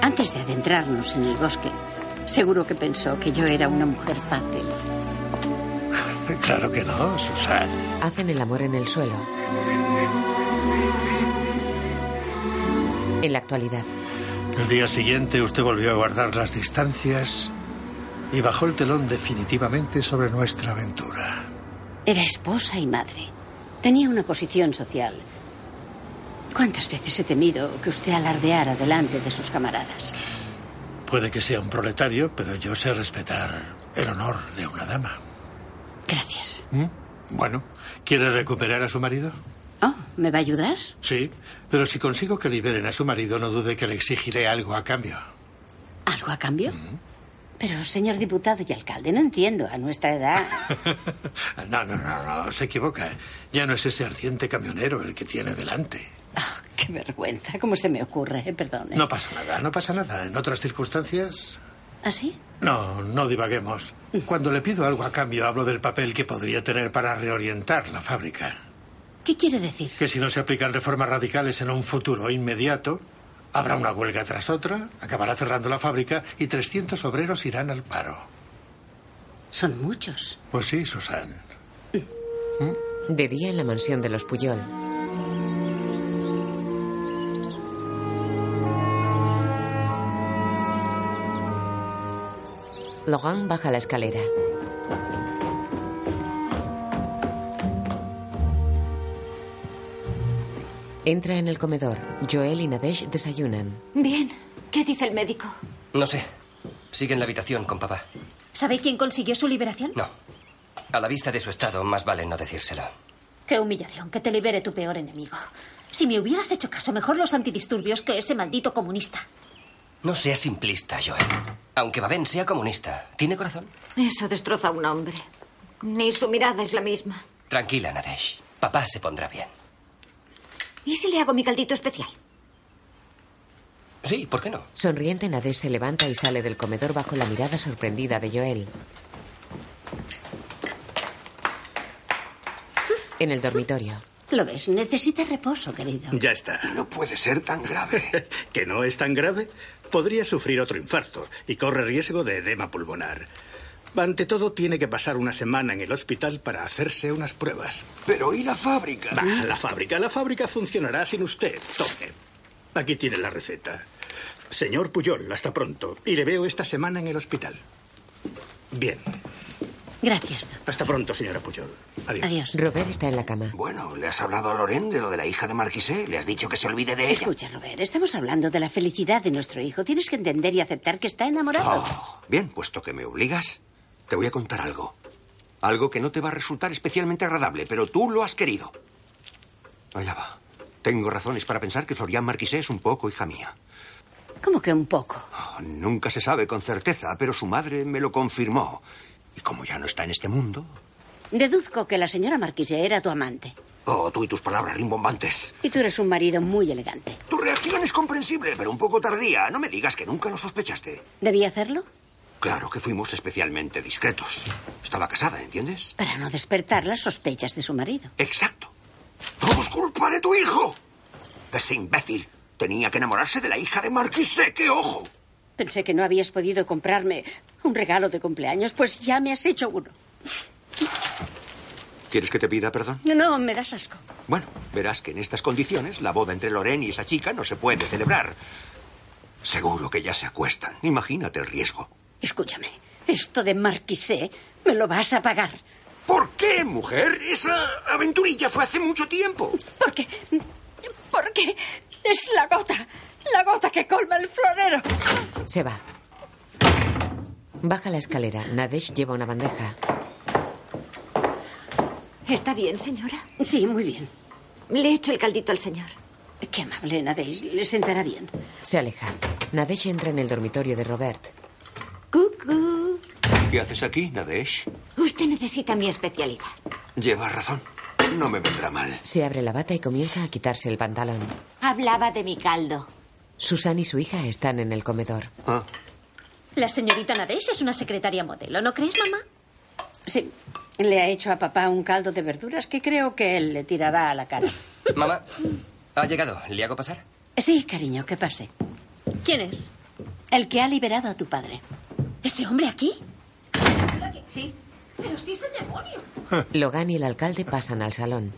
C: Antes de adentrarnos en el bosque, seguro que pensó que yo era una mujer fácil.
E: Claro que no, Susan.
B: Hacen el amor en el suelo. En la actualidad,
E: El día siguiente usted volvió a guardar las distancias y bajó el telón definitivamente sobre nuestra aventura.
C: Era esposa y madre. Tenía una posición social. ¿Cuántas veces he temido que usted alardeara delante de sus camaradas?
E: Puede que sea un proletario, pero yo sé respetar el honor de una dama.
C: Gracias.
D: ¿Mm?
E: Bueno, ¿quiere recuperar a su marido?
C: Oh, ¿me va a ayudar?
E: Sí, pero si consigo que liberen a su marido, no dude que le exigiré algo a cambio.
C: ¿Algo a cambio?
D: ¿Mm?
C: Pero, señor diputado y alcalde, no entiendo. A nuestra edad.
E: No, no, no, no, se equivoca. Ya no es ese ardiente camionero el que tiene delante.
C: Qué vergüenza. ¿Cómo se me ocurre? eh? Perdone.
E: No pasa nada, no pasa nada. En otras circunstancias
C: ¿Así?
E: No, no divaguemos. Cuando le pido algo a cambio, hablo del papel que podría tener para reorientar la fábrica.
C: ¿Qué quiere decir?
E: Que si no se aplican reformas radicales en un futuro inmediato, habrá una huelga tras otra, acabará cerrando la fábrica y 300 obreros irán al paro.
C: Son muchos.
E: Pues sí, Susan.
B: de día en la mansión de los Puyol. Logan baja la escalera. Entra en el comedor. Joel y Nadesh desayunan.
L: Bien. ¿Qué dice el médico?
J: No sé. Sigue en la habitación con papá.
I: ¿Sabe quién consiguió su liberación?
J: No. A la vista de su estado, más vale no decírselo.
I: Qué humillación, que te libere tu peor enemigo. Si me hubieras hecho caso, mejor los antidisturbios que ese maldito comunista.
J: No sea simplista, Joel. Aunque Babén sea comunista, ¿tiene corazón?
L: Eso destroza a un hombre. Ni su mirada es la misma.
J: Tranquila, Nadesh. Papá se pondrá bien.
L: ¿Y si le hago mi caldito especial?
J: Sí, ¿por qué no?
B: Sonriente, Nadesh se levanta y sale del comedor bajo la mirada sorprendida de Joel. En el dormitorio.
C: Lo ves, necesita reposo, querido.
M: Ya está. No puede ser tan grave. ¿Que no es tan grave? Podría sufrir otro infarto y corre riesgo de edema pulmonar. Ante todo, tiene que pasar una semana en el hospital para hacerse unas pruebas. Pero ¿y la fábrica? la fábrica. La fábrica funcionará sin usted. Tome. Aquí tiene la receta. Señor Puyol, hasta pronto. Y le veo esta semana en el hospital. Bien.
C: Gracias.
M: Hasta pronto, señora Puyol. Adiós.
B: Robert está en la cama.
D: Bueno, ¿le has hablado a Loren de lo de la hija de Marquisé? ¿Le has dicho que se olvide de ella?
C: Escucha, Robert, estamos hablando de la felicidad de nuestro hijo. Tienes que entender y aceptar que está enamorado.
D: Oh, bien, puesto que me obligas, te voy a contar algo. Algo que no te va a resultar especialmente agradable, pero tú lo has querido. Allá va. Tengo razones para pensar que Florian Marquisé es un poco hija mía. Oh,
C: ¿Cómo que un poco?
D: Nunca se sabe con certeza, pero su madre me lo confirmó. Y como ya no está en este mundo,
C: Deduzco que la señora Marquise era tu amante.
D: Oh, tú y tus palabras rimbombantes.
C: Y tú eres un marido muy elegante.
D: Tu reacción es comprensible, pero un poco tardía. No me digas que nunca lo sospechaste.
C: ¿Debía hacerlo?
D: Claro que fuimos especialmente discretos. Estaba casada, ¿entiendes?
C: Para no despertar las sospechas de su marido.
D: Exacto. Todo es culpa de tu hijo. Ese imbécil tenía que enamorarse de la hija de Marquise. ¡Qué ojo!
C: Pensé que no habías podido comprarme un regalo de cumpleaños, pues ya me has hecho uno.
D: ¿Quieres que te pida perdón?
C: No, me das asco.
D: Bueno, verás que en estas condiciones la boda entre Loren y esa chica no se puede celebrar. Seguro que ya se acuestan. Imagínate el riesgo.
C: Escúchame, esto de marquisé me lo vas a pagar.
D: ¿Por qué, mujer? Esa aventurilla fue hace mucho tiempo.
C: Porque. Porque es la gota. La gota que colma el florero.
B: Se va. Baja la escalera. Nadesh lleva una bandeja.
L: ¿Está bien, señora?
C: Sí, muy bien.
L: Le echo el caldito al señor.
C: Qué amable, Nadej. Le sentará bien.
B: Se aleja. Nadesh entra en el dormitorio de Robert.
L: Cucú.
D: ¿Qué haces aquí, Nadesh?
L: Usted necesita mi especialidad.
D: Llevas razón. No me vendrá mal.
B: Se abre la bata y comienza a quitarse el pantalón.
G: Hablaba de mi caldo.
B: Susan y su hija están en el comedor.
I: La señorita Nadesh es una secretaria modelo, ¿no crees, mamá?
C: Sí. Le ha hecho a papá un caldo de verduras que creo que él le tirará a la cara.
J: Mamá, ha llegado. ¿Le hago pasar?
C: Sí, cariño, que pase.
I: ¿Quién es?
C: El que ha liberado a tu padre.
I: ¿Ese hombre aquí? Sí. Pero sí es el demonio.
B: Logan y el alcalde pasan al salón.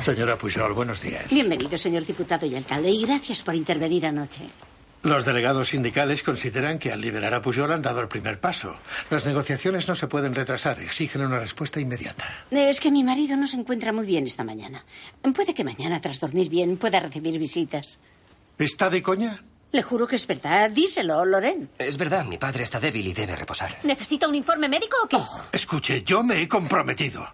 E: Señora Pujol, buenos días.
C: Bienvenido, señor diputado y alcalde, y gracias por intervenir anoche.
E: Los delegados sindicales consideran que al liberar a Pujol han dado el primer paso. Las negociaciones no se pueden retrasar, exigen una respuesta inmediata.
C: Eh, Es que mi marido no se encuentra muy bien esta mañana. Puede que mañana, tras dormir bien, pueda recibir visitas.
E: ¿Está de coña?
C: Le juro que es verdad. Díselo, Loren.
J: Es verdad, mi padre está débil y debe reposar.
I: ¿Necesita un informe médico o qué?
E: Escuche, yo me he comprometido.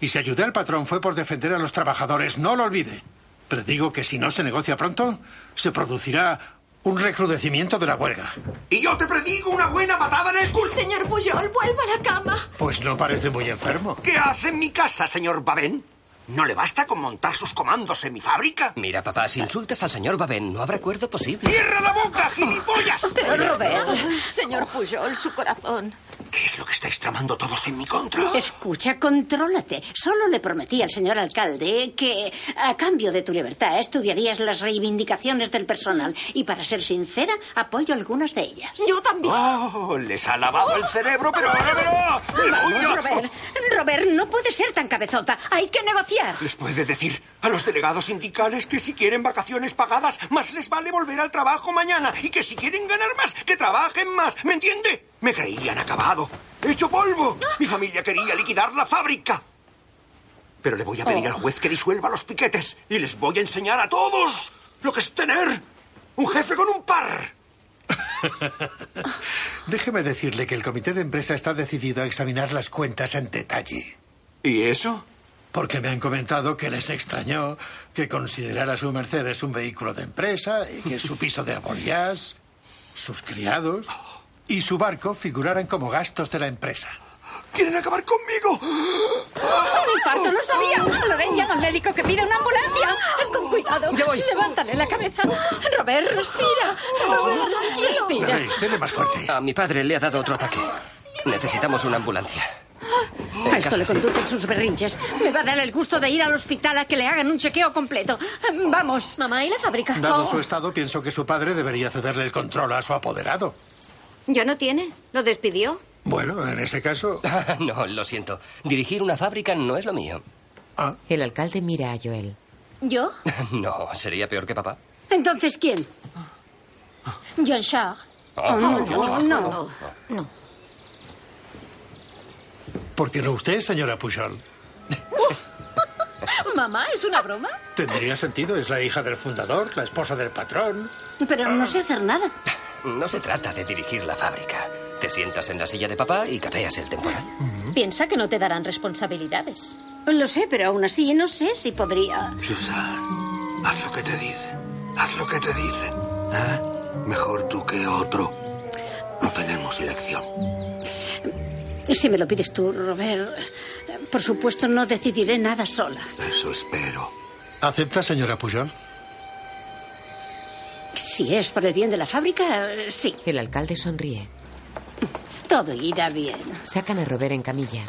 E: Y si ayudé al patrón fue por defender a los trabajadores, no lo olvide. Predigo que si no se negocia pronto, se producirá un recrudecimiento de la huelga.
D: Y yo te predigo una buena patada en el culo.
G: Señor Pujol, vuelva a la cama.
E: Pues no parece muy enfermo.
D: ¿Qué hace en mi casa, señor Babén? ¿No le basta con montar sus comandos en mi fábrica?
J: Mira, papá, si insultas al señor Babén, no habrá acuerdo posible.
D: ¡Cierra la boca, gilipollas!
G: Pero Robert. Señor Pujol, su corazón.
D: ¿Qué es lo que estáis tramando todos en mi contra?
C: Escucha, contrólate. Solo le prometí al señor alcalde que, a cambio de tu libertad, estudiarías las reivindicaciones del personal. Y para ser sincera, apoyo algunas de ellas.
G: Yo también.
D: Oh, les ha lavado el cerebro, pero
E: Ah,
D: ahora verá. ¡Me voy
C: Vamos,
D: yo!
C: Robert. Robert, no puede ser tan cabezota. Hay que negociar.
D: Les puede decir a los delegados sindicales que si quieren vacaciones pagadas, más les vale volver al trabajo mañana. Y que si quieren ganar más, que trabajen más. ¿Me entiende? Me creían acabado. Hecho polvo. Mi familia quería liquidar la fábrica. Pero le voy a pedir al juez que disuelva los piquetes. Y les voy a enseñar a todos lo que es tener un jefe con un par.
E: Déjeme decirle que el comité de empresa está decidido a examinar las cuentas en detalle.
D: ¿Y eso?
E: Porque me han comentado que les extrañó que considerara su Mercedes un vehículo de empresa y que su piso de aborías, sus criados y su barco figuraran como gastos de la empresa.
D: ¡Quieren acabar conmigo!
C: ¡Un infarto! ¡Lo sabía! Loren llama al médico que pide una ambulancia. Con cuidado. Levántale la cabeza. Robert, respira. Robert, respira.
E: Veis, dele más fuerte.
J: A mi padre le ha dado otro ataque. Necesitamos una ambulancia.
C: A esto le conducen sus berrinches. Me va a dar el gusto de ir al hospital a que le hagan un chequeo completo. Vamos.
I: Mamá, ¿y la fábrica?
E: Dado su estado, pienso que su padre debería cederle el control a su apoderado.
L: ¿Ya no tiene? ¿Lo despidió?
E: Bueno, en ese caso...
J: no, lo siento. Dirigir una fábrica no es lo mío.
B: El alcalde mira a Joel.
I: ¿Yo?
J: No, sería peor que papá.
C: Entonces, ¿quién?
I: John Shaw.
J: Oh,
C: Ah, no,
J: yo- yo-
C: no.
E: ¿Por qué no usted, señora Pujol?
I: ¿Mamá, es una broma?
E: Tendría sentido, es la hija del fundador, la esposa del patrón.
C: Pero no sé hacer nada.
J: No se trata de dirigir la fábrica. Te sientas en la silla de papá y capeas el temporal.
I: Piensa que no te darán responsabilidades.
C: Lo sé, pero aún así no sé si podría.
D: Susan, haz lo que te dicen. Haz lo que te dicen. ¿eh? Mejor tú que otro. No tenemos elección.
C: Si me lo pides tú, Robert, por supuesto no decidiré nada sola.
E: Eso espero. ¿Acepta, señora Pujol?
C: Si es por el bien de la fábrica, sí.
B: El alcalde sonríe.
C: Todo irá bien.
B: Sacan a Robert en camilla.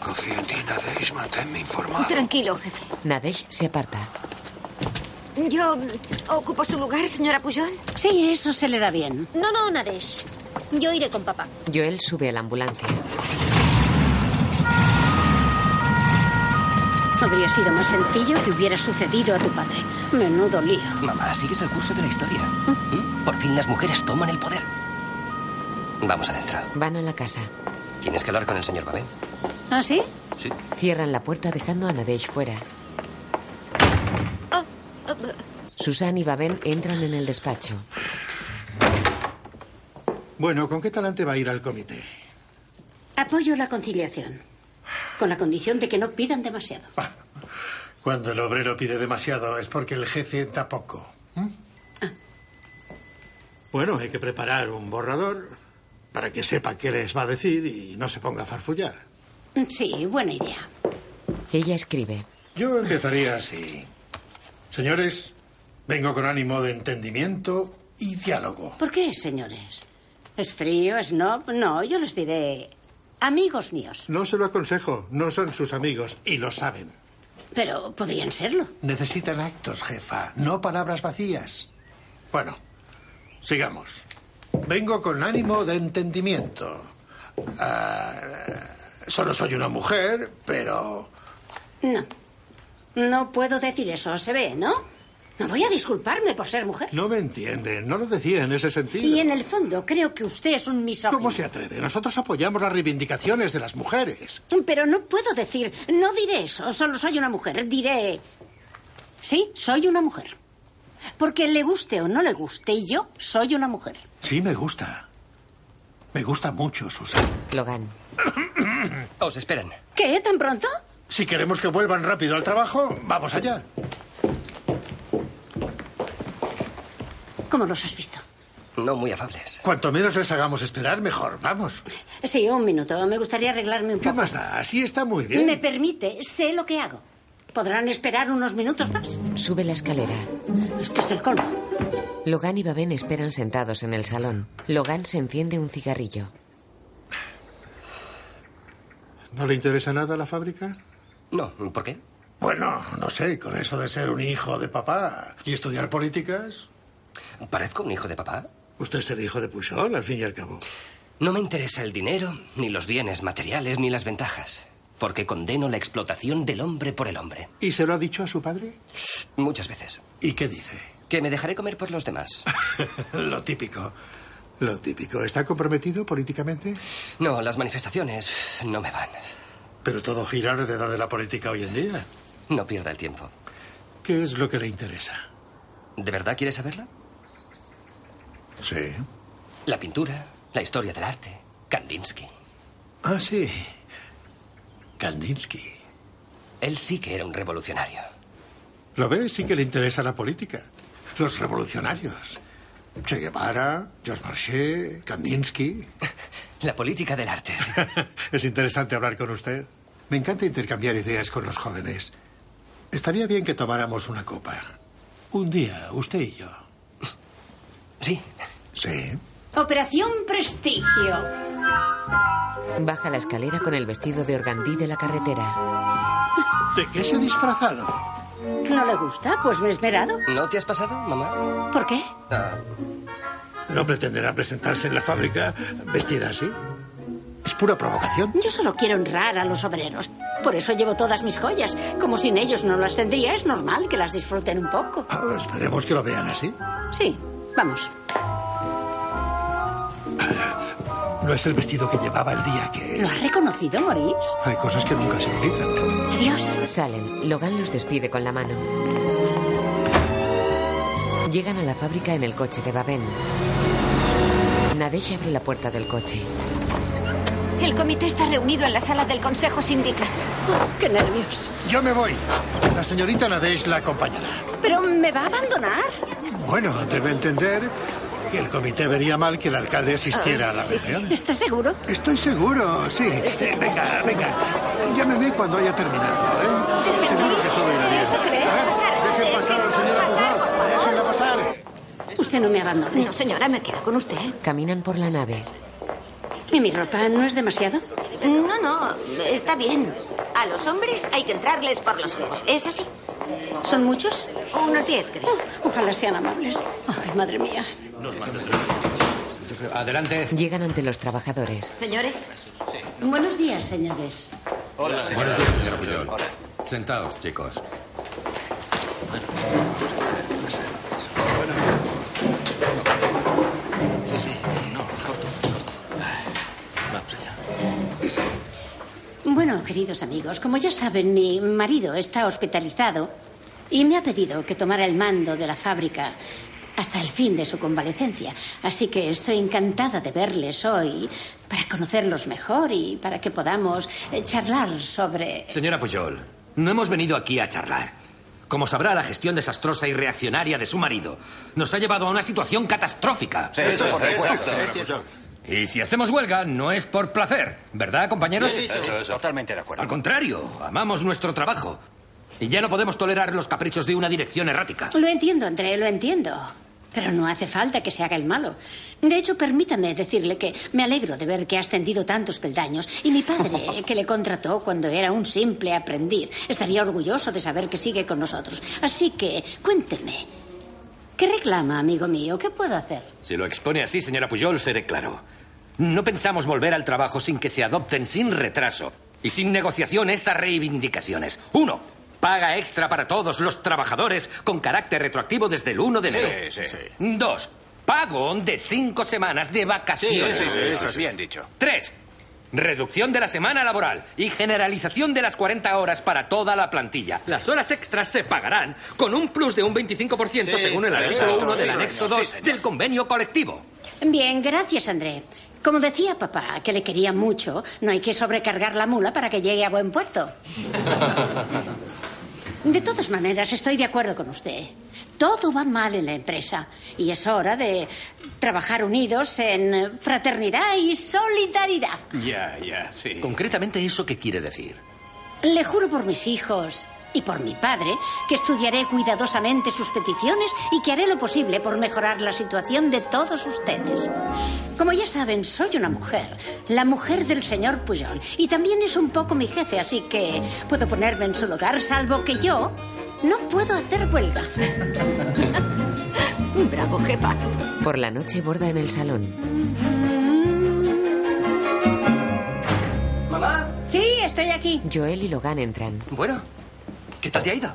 D: Confío en ti, Nadej, manténme informado.
L: Tranquilo, jefe.
B: Nadesh se aparta.
L: ¿Yo mm, ocupo su lugar, señora Pujol?
C: Sí, eso se le da bien.
L: No, no, Nadesh. Yo iré con papá.
B: Joel sube a la ambulancia.
C: Habría sido más sencillo que hubiera sucedido a tu padre. Menudo lío.
J: Mamá, sigues el curso de la historia. ¿Mm? Por fin las mujeres toman el poder. Vamos adentro.
B: Van a la casa.
J: Tienes que hablar con el señor Babén.
C: ¿Ah, sí?
J: Sí.
B: Cierran la puerta dejando a Nadesh fuera. Susan y Babel entran en el despacho.
E: Bueno, ¿con qué talante va a ir al comité?
C: Apoyo la conciliación. Con la condición de que no pidan demasiado.
J: Ah,
E: Cuando el obrero pide demasiado es porque el jefe da poco. ¿Mm? Ah. Bueno, hay que preparar un borrador para que sepa qué les va a decir y no se ponga a farfullar.
C: Sí, buena idea.
B: Ella escribe.
E: Yo empezaría así. Señores, vengo con ánimo de entendimiento y diálogo.
C: ¿Por qué, señores? ¿Es frío? ¿Es no? No, yo les diré amigos míos.
E: No se lo aconsejo, no son sus amigos y lo saben.
C: Pero podrían serlo.
E: Necesitan actos, jefa, no palabras vacías. Bueno, sigamos. Vengo con ánimo de entendimiento. Ah, solo soy una mujer, pero...
C: No. No puedo decir eso, se ve, ¿no? No voy a disculparme por ser mujer.
E: No me entiende, no lo decía en ese sentido.
C: Y en el fondo creo que usted es un misógino.
E: ¿Cómo se atreve? Nosotros apoyamos las reivindicaciones de las mujeres.
C: Pero no puedo decir, no diré eso, solo soy una mujer, diré... Sí, soy una mujer. Porque le guste o no le guste, y yo soy una mujer.
E: Sí, me gusta. Me gusta mucho, Susan.
B: Logan.
J: Os esperan.
C: ¿Qué? ¿Tan pronto?
E: Si queremos que vuelvan rápido al trabajo, vamos allá.
C: ¿Cómo los has visto?
J: No muy afables.
E: Cuanto menos les hagamos esperar, mejor. Vamos.
C: Sí, un minuto. Me gustaría arreglarme un
E: ¿Qué
C: poco.
E: más da? Así está muy bien.
C: Me permite, sé lo que hago. ¿Podrán esperar unos minutos más?
B: Sube la escalera.
C: Esto es el colmo.
B: Logan y Babén esperan sentados en el salón. Logan se enciende un cigarrillo.
E: ¿No le interesa nada la fábrica?
J: No, ¿por qué?
E: Bueno, no sé, con eso de ser un hijo de papá y estudiar políticas.
J: ¿Parezco un hijo de papá?
E: Usted es el hijo de Pujol, al fin y al cabo.
J: No me interesa el dinero, ni los bienes materiales, ni las ventajas. Porque condeno la explotación del hombre por el hombre.
E: ¿Y se lo ha dicho a su padre?
J: Muchas veces.
E: ¿Y qué dice?
J: Que me dejaré comer por los demás.
E: Lo típico. Lo típico. ¿Está comprometido políticamente?
J: No, las manifestaciones no me van.
E: Pero todo gira alrededor de la política hoy en día.
J: No pierda el tiempo.
E: ¿Qué es lo que le interesa?
J: ¿De verdad quieres saberla?
E: Sí.
J: La pintura, la historia del arte, Kandinsky.
E: Ah, sí. Kandinsky.
J: Él sí que era un revolucionario.
E: Lo ve, sí que le interesa la política. Los revolucionarios. Che Guevara, Georges Marché, Kandinsky.
J: La política del arte. sí.
E: Es interesante hablar con usted. Me encanta intercambiar ideas con los jóvenes. Estaría bien que tomáramos una copa. Un día, usted y yo.
J: Sí.
E: Sí.
C: Operación Prestigio.
B: Baja la escalera con el vestido de organdí de la carretera.
E: ¿De qué se ha disfrazado?
C: ¿No le gusta? Pues me he esmerado.
J: ¿No te has pasado, mamá?
C: ¿Por qué?
J: Ah,
E: ¿No pretenderá presentarse en la fábrica vestida así? Es pura provocación.
C: Yo solo quiero honrar a los obreros. Por eso llevo todas mis joyas. Como sin ellos no las tendría, es normal que las disfruten un poco.
E: Ah, esperemos que lo vean así.
C: Sí, vamos.
E: No es el vestido que llevaba el día que...
C: ¿Lo has reconocido, Maurice?
E: Hay cosas que nunca se olvidan.
C: Adiós.
B: Salen. Logan los despide con la mano. Llegan a la fábrica en el coche de Babén. Nadesh abre la puerta del coche.
L: El comité está reunido en la sala del Consejo Sindical.
C: Oh, Qué nervios.
E: Yo me voy. La señorita Nadesh la acompañará.
C: ¿Pero me va a abandonar?
E: Bueno, debe entender que el comité vería mal que el alcalde asistiera a
D: Ah,
E: la
C: Sí, sí.
E: reunión.
C: ¿Estás seguro?
E: Estoy seguro, sí. Eh, Venga, venga. Llámeme cuando haya terminado,
K: Ah.
E: ¿eh? Seguro que todo irá bien. Dejen pasar a la señora Pujol. Déjenla pasar.
C: Usted no me abandone.
L: No, señora, me quedo con usted.
B: Caminan por la nave.
C: ¿Y mi ropa no es demasiado?
G: No, no, está bien. A los hombres hay que entrarles por los ojos. ¿Es así?
C: ¿Son muchos? Oh,
G: Unos diez, creo.
C: Ojalá sean amables. Ay, madre mía.
B: Adelante. Llegan ante los trabajadores.
G: Señores.
C: Buenos días, señores.
N: Hola, Buenos días, señora Puyol. Sentaos, chicos.
C: Bueno, queridos amigos, como ya saben, mi marido está hospitalizado y me ha pedido que tomara el mando de la fábrica hasta el fin de su convalecencia. Así que estoy encantada de verles hoy para conocerlos mejor y para que podamos eh, charlar sobre...
N: Señora Pujol, no hemos venido aquí a charlar. Como sabrá, la gestión desastrosa y reaccionaria de su marido nos ha llevado a una situación catastrófica.
O: Sí, Eso por exacto, supuesto. señora Pujol.
N: Y si hacemos huelga, no es por placer, ¿verdad, compañeros?
O: Bien dicho. Eso, eso.
N: Totalmente de acuerdo. Al contrario, amamos nuestro trabajo. Y ya no podemos tolerar los caprichos de una dirección errática.
C: Lo entiendo, André, lo entiendo. Pero no hace falta que se haga el malo. De hecho, permítame decirle que me alegro de ver que ha ascendido tantos peldaños y mi padre, que le contrató cuando era un simple aprendiz, estaría orgulloso de saber que sigue con nosotros. Así que, cuénteme. ¿Qué reclama, amigo mío? ¿Qué puedo hacer?
N: Si lo expone así, señora Pujol, seré claro. No pensamos volver al trabajo sin que se adopten sin retraso y sin negociación estas reivindicaciones. Uno, paga extra para todos los trabajadores con carácter retroactivo desde el 1 de enero.
O: Sí, sí.
N: Dos, pago de cinco semanas de vacaciones.
O: Sí, sí, sí, eso es bien dicho.
N: Tres, reducción de la semana laboral y generalización de las 40 horas para toda la plantilla. Las horas extras se pagarán con un plus de un 25%
O: Sí,
N: según el artículo
O: exacto,
N: 1 del
O: sí,
N: anexo
O: señor,
N: 2 del convenio colectivo.
C: Bien, gracias, André. Como decía papá, que le quería mucho, no hay que sobrecargar la mula para que llegue a buen puerto. De todas maneras, estoy de acuerdo con usted. Todo va mal en la empresa y es hora de trabajar unidos en fraternidad y solidaridad.
N: Ya, ya, sí. Concretamente, ¿eso qué quiere decir?
C: Le juro por mis hijos y por mi padre que estudiaré cuidadosamente sus peticiones y que haré lo posible por mejorar la situación de todos ustedes. Como ya saben, soy una mujer, la mujer del señor Pujol, y también es un poco mi jefe, así que puedo ponerme en su lugar, salvo que yo no puedo hacer huelga.
L: Bravo, jefa.
B: Por la noche borda en el salón.
N: ¿Mamá?
C: Sí, estoy aquí.
B: Joel y Logan entran.
N: Bueno, ¿qué tal te ha ido?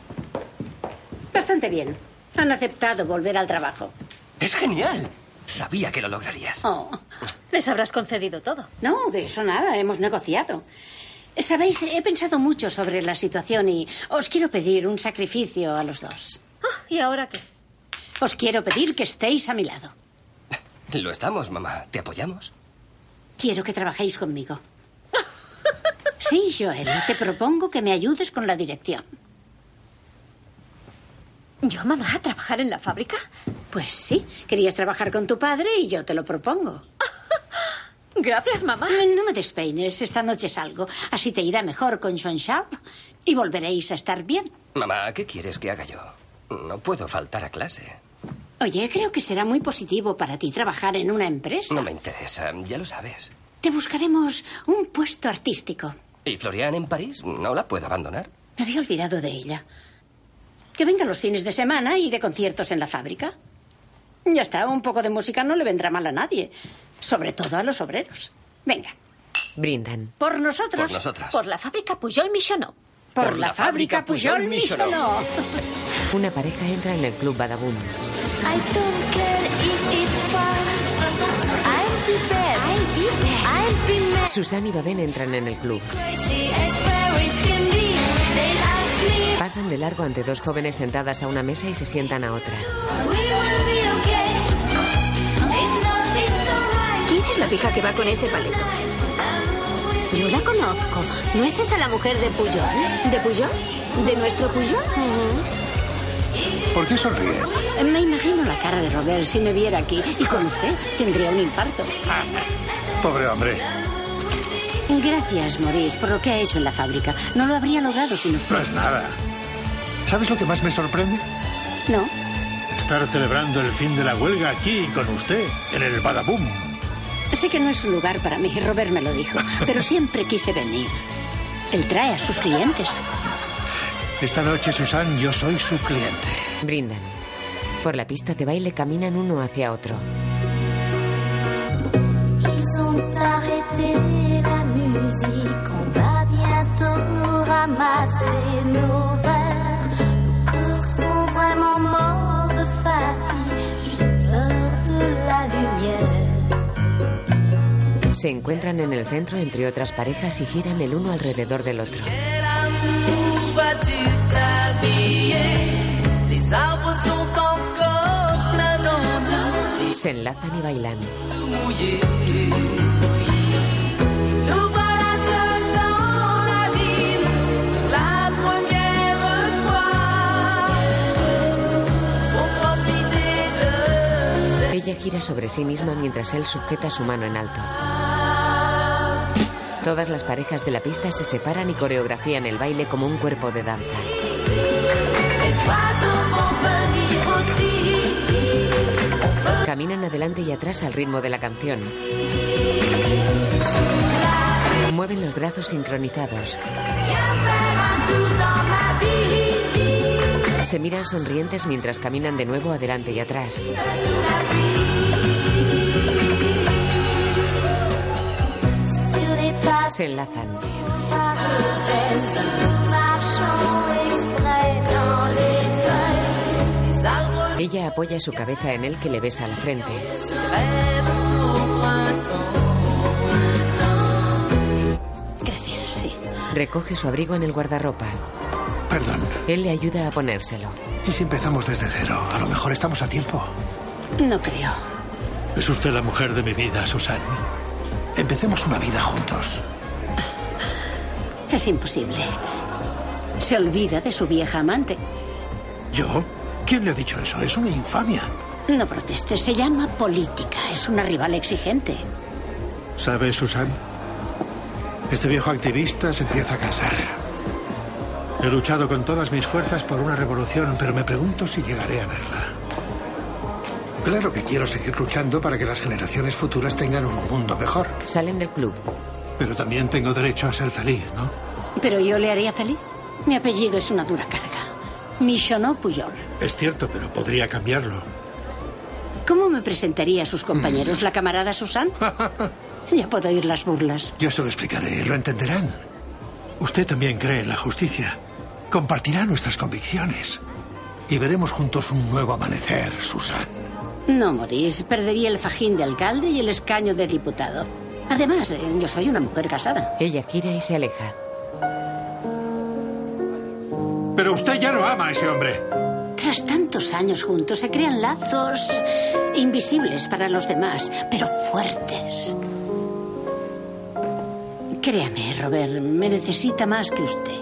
C: Bastante bien. Han aceptado volver al trabajo.
N: ¡Es genial! Sabía que lo lograrías.
C: Oh.
I: Les habrás concedido todo.
C: No, de eso nada, hemos negociado. Sabéis, he pensado mucho sobre la situación y os quiero pedir un sacrificio a los dos.
I: ¿Y ahora qué?
C: Os quiero pedir que estéis a mi lado.
N: Lo estamos, mamá. ¿Te apoyamos?
C: Quiero que trabajéis conmigo. Sí, Joel, te propongo que me ayudes con la dirección.
I: ¿Yo, mamá, a trabajar en la fábrica?
C: Pues sí, querías trabajar con tu padre y yo te lo propongo.
I: Gracias, mamá.
C: Mm, No me despeines, esta noche salgo. Así te irá mejor con Jean-Charles y volveréis a estar bien.
J: Mamá, ¿qué quieres que haga yo? No puedo faltar a clase.
C: Oye, creo que será muy positivo para ti trabajar en una empresa.
J: No me interesa, ya lo sabes.
C: Te buscaremos un puesto artístico.
J: ¿Y Florian en París? No la puedo abandonar.
C: Me había olvidado de ella. Que venga los fines de semana y de conciertos en la fábrica. Ya está, un poco de música no le vendrá mal a nadie. Sobre todo a los obreros. Venga,
B: Brindan.
C: por nosotros.
B: Por nosotras.
I: Por la fábrica Pujol Michonneau.
C: Por, la, fábrica, Pujol
B: Michonneau.
C: Michonneau.
B: Una pareja entra en el club Badaboom.
K: I don't care if it's far. I'll be there. I'll be there. I'll be
B: Susan y Baben entran en el club.
K: crazy as fairies can be. They'll ask me.
B: Pasan de largo ante dos jóvenes sentadas a una mesa y se sientan a otra.
K: We will be okay. If not, it's alright.
G: ¿Quién es la pija que va con ese paleto? No la conozco. ¿No es esa la mujer de Puyol? ¿De Puyol? ¿De nuestro Puyol?
E: ¿Por qué sonríes?
C: Me imagino la cara de Robert si me viera aquí. Y con usted tendría un infarto.
J: Ah.
E: Pobre hombre.
C: Gracias, Maurice, por lo que ha hecho en la fábrica. No lo habría logrado sin usted.
E: No es nada. ¿Sabes lo que más me sorprende?
C: No.
E: Estar celebrando el fin de la huelga aquí con usted, en el Badaboom.
C: Sé que no es un lugar para mí, Robert me lo dijo, pero siempre quise venir. Él trae a sus clientes.
E: Esta noche, Susan, yo soy su cliente.
B: Brindan. Por la pista de baile caminan uno hacia otro.
K: Ils ont arrêté la musique, on va bientôt ramasser nos verres. Nos corps sont vraiment morts de fatigue, j'ai peur de la lumière.
B: Se encuentran en el centro entre otras parejas y giran el uno alrededor del otro.
K: Où vas-tu t'habiller Les arbres sont encore pleins d'endroits
B: Se enlazan y bailan.
K: mouillés. Nous voilà seuls dans la ville pour la première fois. Pour profiter de cette
B: Ella gira sobre sí misma mientras él sujeta su mano en alto. Todas las parejas de la pista se separan y coreografían el baile como un cuerpo de danza.
K: Les oiseaux vont venir aussi.
B: Caminan adelante y atrás al ritmo de la canción. Mueven los brazos sincronizados. Se miran sonrientes mientras caminan de nuevo adelante y atrás.
K: Sur les pas
B: Se enlazan.
K: parfaits, nous marchons exprès dans les feuilles. Les arbres
B: Ella apoya su cabeza en él que le besa la frente.
K: se rêvent au printemps. Gracias, sí.
B: Recoge su abrigo en el guardarropa.
E: Perdón.
B: Él le ayuda a ponérselo.
E: ¿Y si empezamos desde cero? A lo mejor estamos a tiempo.
C: No creo.
E: Es usted la mujer de mi vida, Susan. Empecemos una vida juntos.
C: Es imposible. Se olvida de su vieja amante.
E: ¿Yo? ¿Quién le ha dicho eso? Es una infamia.
C: No proteste, se llama política. Es una rival exigente.
E: ¿Sabe, Susan? Este viejo activista se empieza a cansar. He luchado con todas mis fuerzas por una revolución, pero me pregunto si llegaré a verla. Claro que quiero seguir luchando para que las generaciones futuras tengan un mundo mejor.
B: Salen del club.
E: Pero también tengo derecho a ser feliz, ¿no?
C: Pero yo le haría feliz. Mi apellido es una dura carga. Michonneau Pujol.
E: Es cierto, pero podría cambiarlo.
C: ¿Cómo me presentaría a sus compañeros, la camarada Susan? Ya puedo oír las burlas.
E: Yo se lo explicaré, lo entenderán. Usted también cree en la justicia. Compartirá nuestras convicciones. Y veremos juntos un nuevo amanecer, Susan.
C: No, Maurice, perdería el fajín de alcalde y el escaño de diputado. Además, eh, yo soy una mujer casada.
B: Ella gira y se aleja.
E: Pero usted ya no ama a ese hombre.
C: Tras tantos años juntos se crean lazos invisibles para los demás, pero fuertes. Créame, Robert, me necesita más que usted.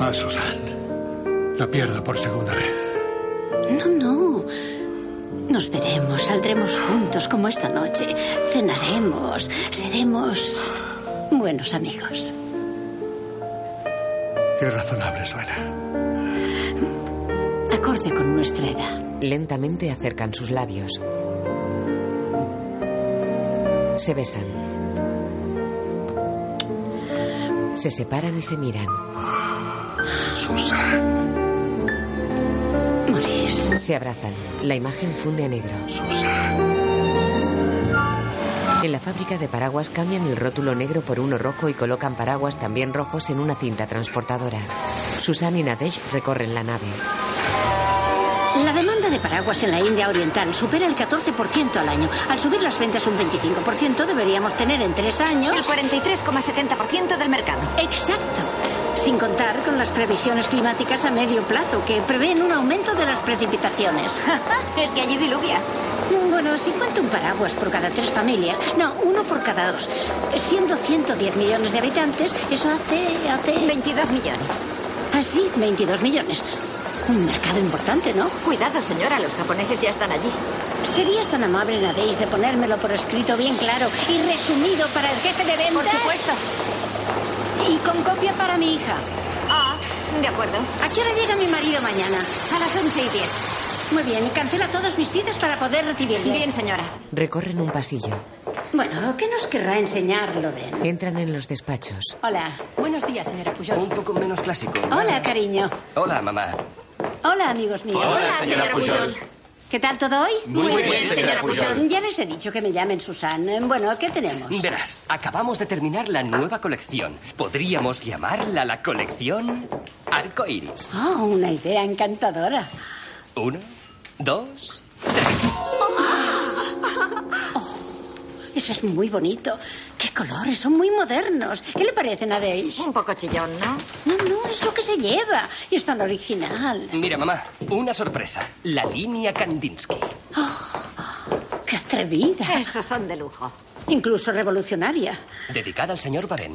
E: A Ah, Susan. La pierdo por segunda vez.
C: No, no. Nos veremos, saldremos juntos como esta noche. Cenaremos, seremos buenos amigos.
E: Qué razonable suena.
C: Acorde con nuestra edad.
B: Lentamente acercan sus labios. Se besan. Se separan y se miran.
E: Susan.
B: Se abrazan. La imagen funde a negro. En la fábrica de paraguas cambian el rótulo negro por uno rojo y colocan paraguas también rojos en una cinta transportadora. Susan y Nadesh recorren la nave.
C: La demanda de paraguas en la India Oriental supera el 14% al año. Al subir las ventas un 25%, deberíamos tener en tres años...
G: El 43,70% del mercado.
C: Exacto. Sin contar con las previsiones climáticas a medio plazo, que prevén un aumento de las precipitaciones.
G: es que allí diluvia.
C: Bueno, si cuenta un paraguas por cada tres familias, no, uno por cada dos. Siendo 110 millones de habitantes, eso hace... hace...
G: 22 millones.
C: Así, 22 millones.
G: Mm,
C: Un mercado importante, ¿no?
L: Cuidado, señora, los japoneses ya están allí.
C: ¿Serías tan amable, Nadéis, de ponérmelo por escrito bien claro y resumido para el jefe de ventas? Por supuesto. Y con copia para mi hija.
L: Ah, de acuerdo.
C: ¿A qué hora llega mi marido mañana?
L: A las once y diez.
C: Muy bien, y cancela todas mis citas para poder recibirle.
L: Bien, señora.
B: Recorren un pasillo.
C: Bueno, ¿qué nos querrá enseñar, Loden?
B: Entran en los despachos.
C: Hola.
L: Buenos días, señora Pujol.
J: Un poco menos clásico.
C: Hola, cariño.
J: Hola, mamá.
C: Hola, amigos míos.
J: Hola, Hola, señora señora Pujol. Pujol.
C: ¿Qué tal todo hoy?
J: Muy Muy bien, bien, señora señora Pujol. Pujol.
C: Ya les he dicho que me llamen Susan. Eh, Bueno, ¿qué tenemos?
J: Verás, acabamos de terminar la nueva colección. Podríamos llamarla la colección Arcoiris.
C: Ah, una idea encantadora.
J: Uno, dos.
C: Eso es muy bonito. Qué colores, son muy modernos. ¿Qué le parecen a Daisy?
L: Un poco chillón, ¿no?
C: No, no, es lo que se lleva. Y es tan original.
J: Mira, mamá, una sorpresa. La línea Kandinsky.
C: Oh, ¡Qué atrevida!
L: Esos son de lujo.
C: Incluso revolucionaria.
J: Dedicada al señor Baren.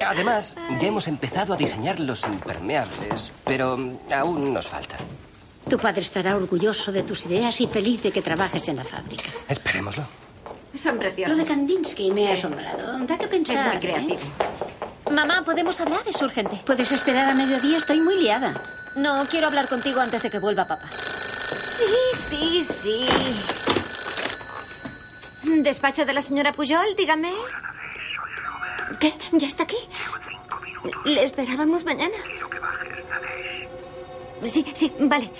J: Además, ya hemos empezado a diseñar los impermeables, pero aún nos falta.
C: Tu padre estará orgulloso de tus ideas y feliz de que trabajes en la fábrica.
J: Esperémoslo.
L: Son
C: Lo
L: preciosos.
C: de Kandinsky me ha asombrado. Da que pensar.
L: Es muy creativo.
I: ¿eh? Mamá, ¿podemos hablar? Es urgente.
C: Puedes esperar a mediodía, estoy muy liada.
I: No, quiero hablar contigo antes de que vuelva papá.
L: Sí, sí, sí. ¿Despacho de la señora Pujol? Dígame. ¿Qué? ¿Ya está aquí? Le esperábamos mañana. Sí, sí, vale.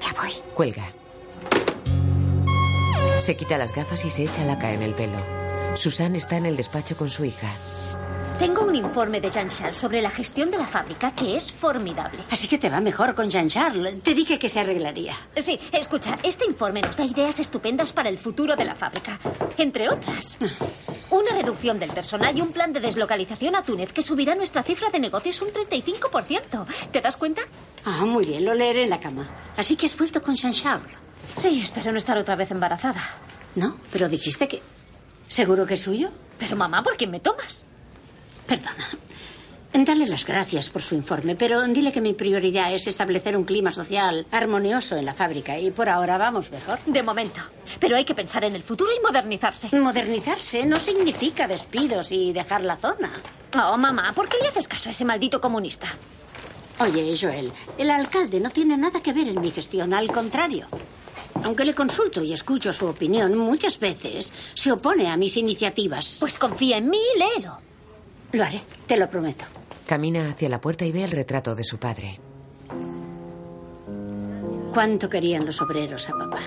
L: Ya voy.
B: Cuelga. Se quita las gafas y se echa laca en el pelo. Susan está en el despacho con su hija.
I: Tengo un informe de Jean Charles sobre la gestión de la fábrica que es formidable.
C: Así que te va mejor con Jean-Charles. Te dije que se arreglaría.
I: Sí, escucha, este informe nos da ideas estupendas para el futuro de la fábrica. Entre otras, una reducción del personal y un plan de deslocalización a Túnez que subirá nuestra cifra de negocios un 35%. ¿Te das cuenta?
C: Ah, muy bien, lo leeré en la cama. Así que has vuelto con Jean-Charles.
I: Sí, espero no estar otra vez embarazada.
C: No, pero dijiste que... ¿Seguro que es suyo?
I: Pero mamá, ¿por quién me tomas?
C: Perdona. Dale las gracias por su informe, pero dile que mi prioridad es establecer un clima social armonioso en la fábrica y por ahora vamos mejor.
I: De momento. Pero hay que pensar en el futuro y modernizarse.
C: Modernizarse no significa despidos y dejar la zona.
I: Oh, mamá, ¿por qué le haces caso a ese maldito comunista?
C: Oye, Joel, el alcalde no tiene nada que ver en mi gestión, al contrario. Aunque le consulto y escucho su opinión, muchas veces se opone a mis iniciativas.
I: Pues confía en mí y léelo.
C: Lo haré, te lo prometo.
B: Camina hacia la puerta y ve el retrato de su padre.
C: ¿Cuánto querían los obreros a papá?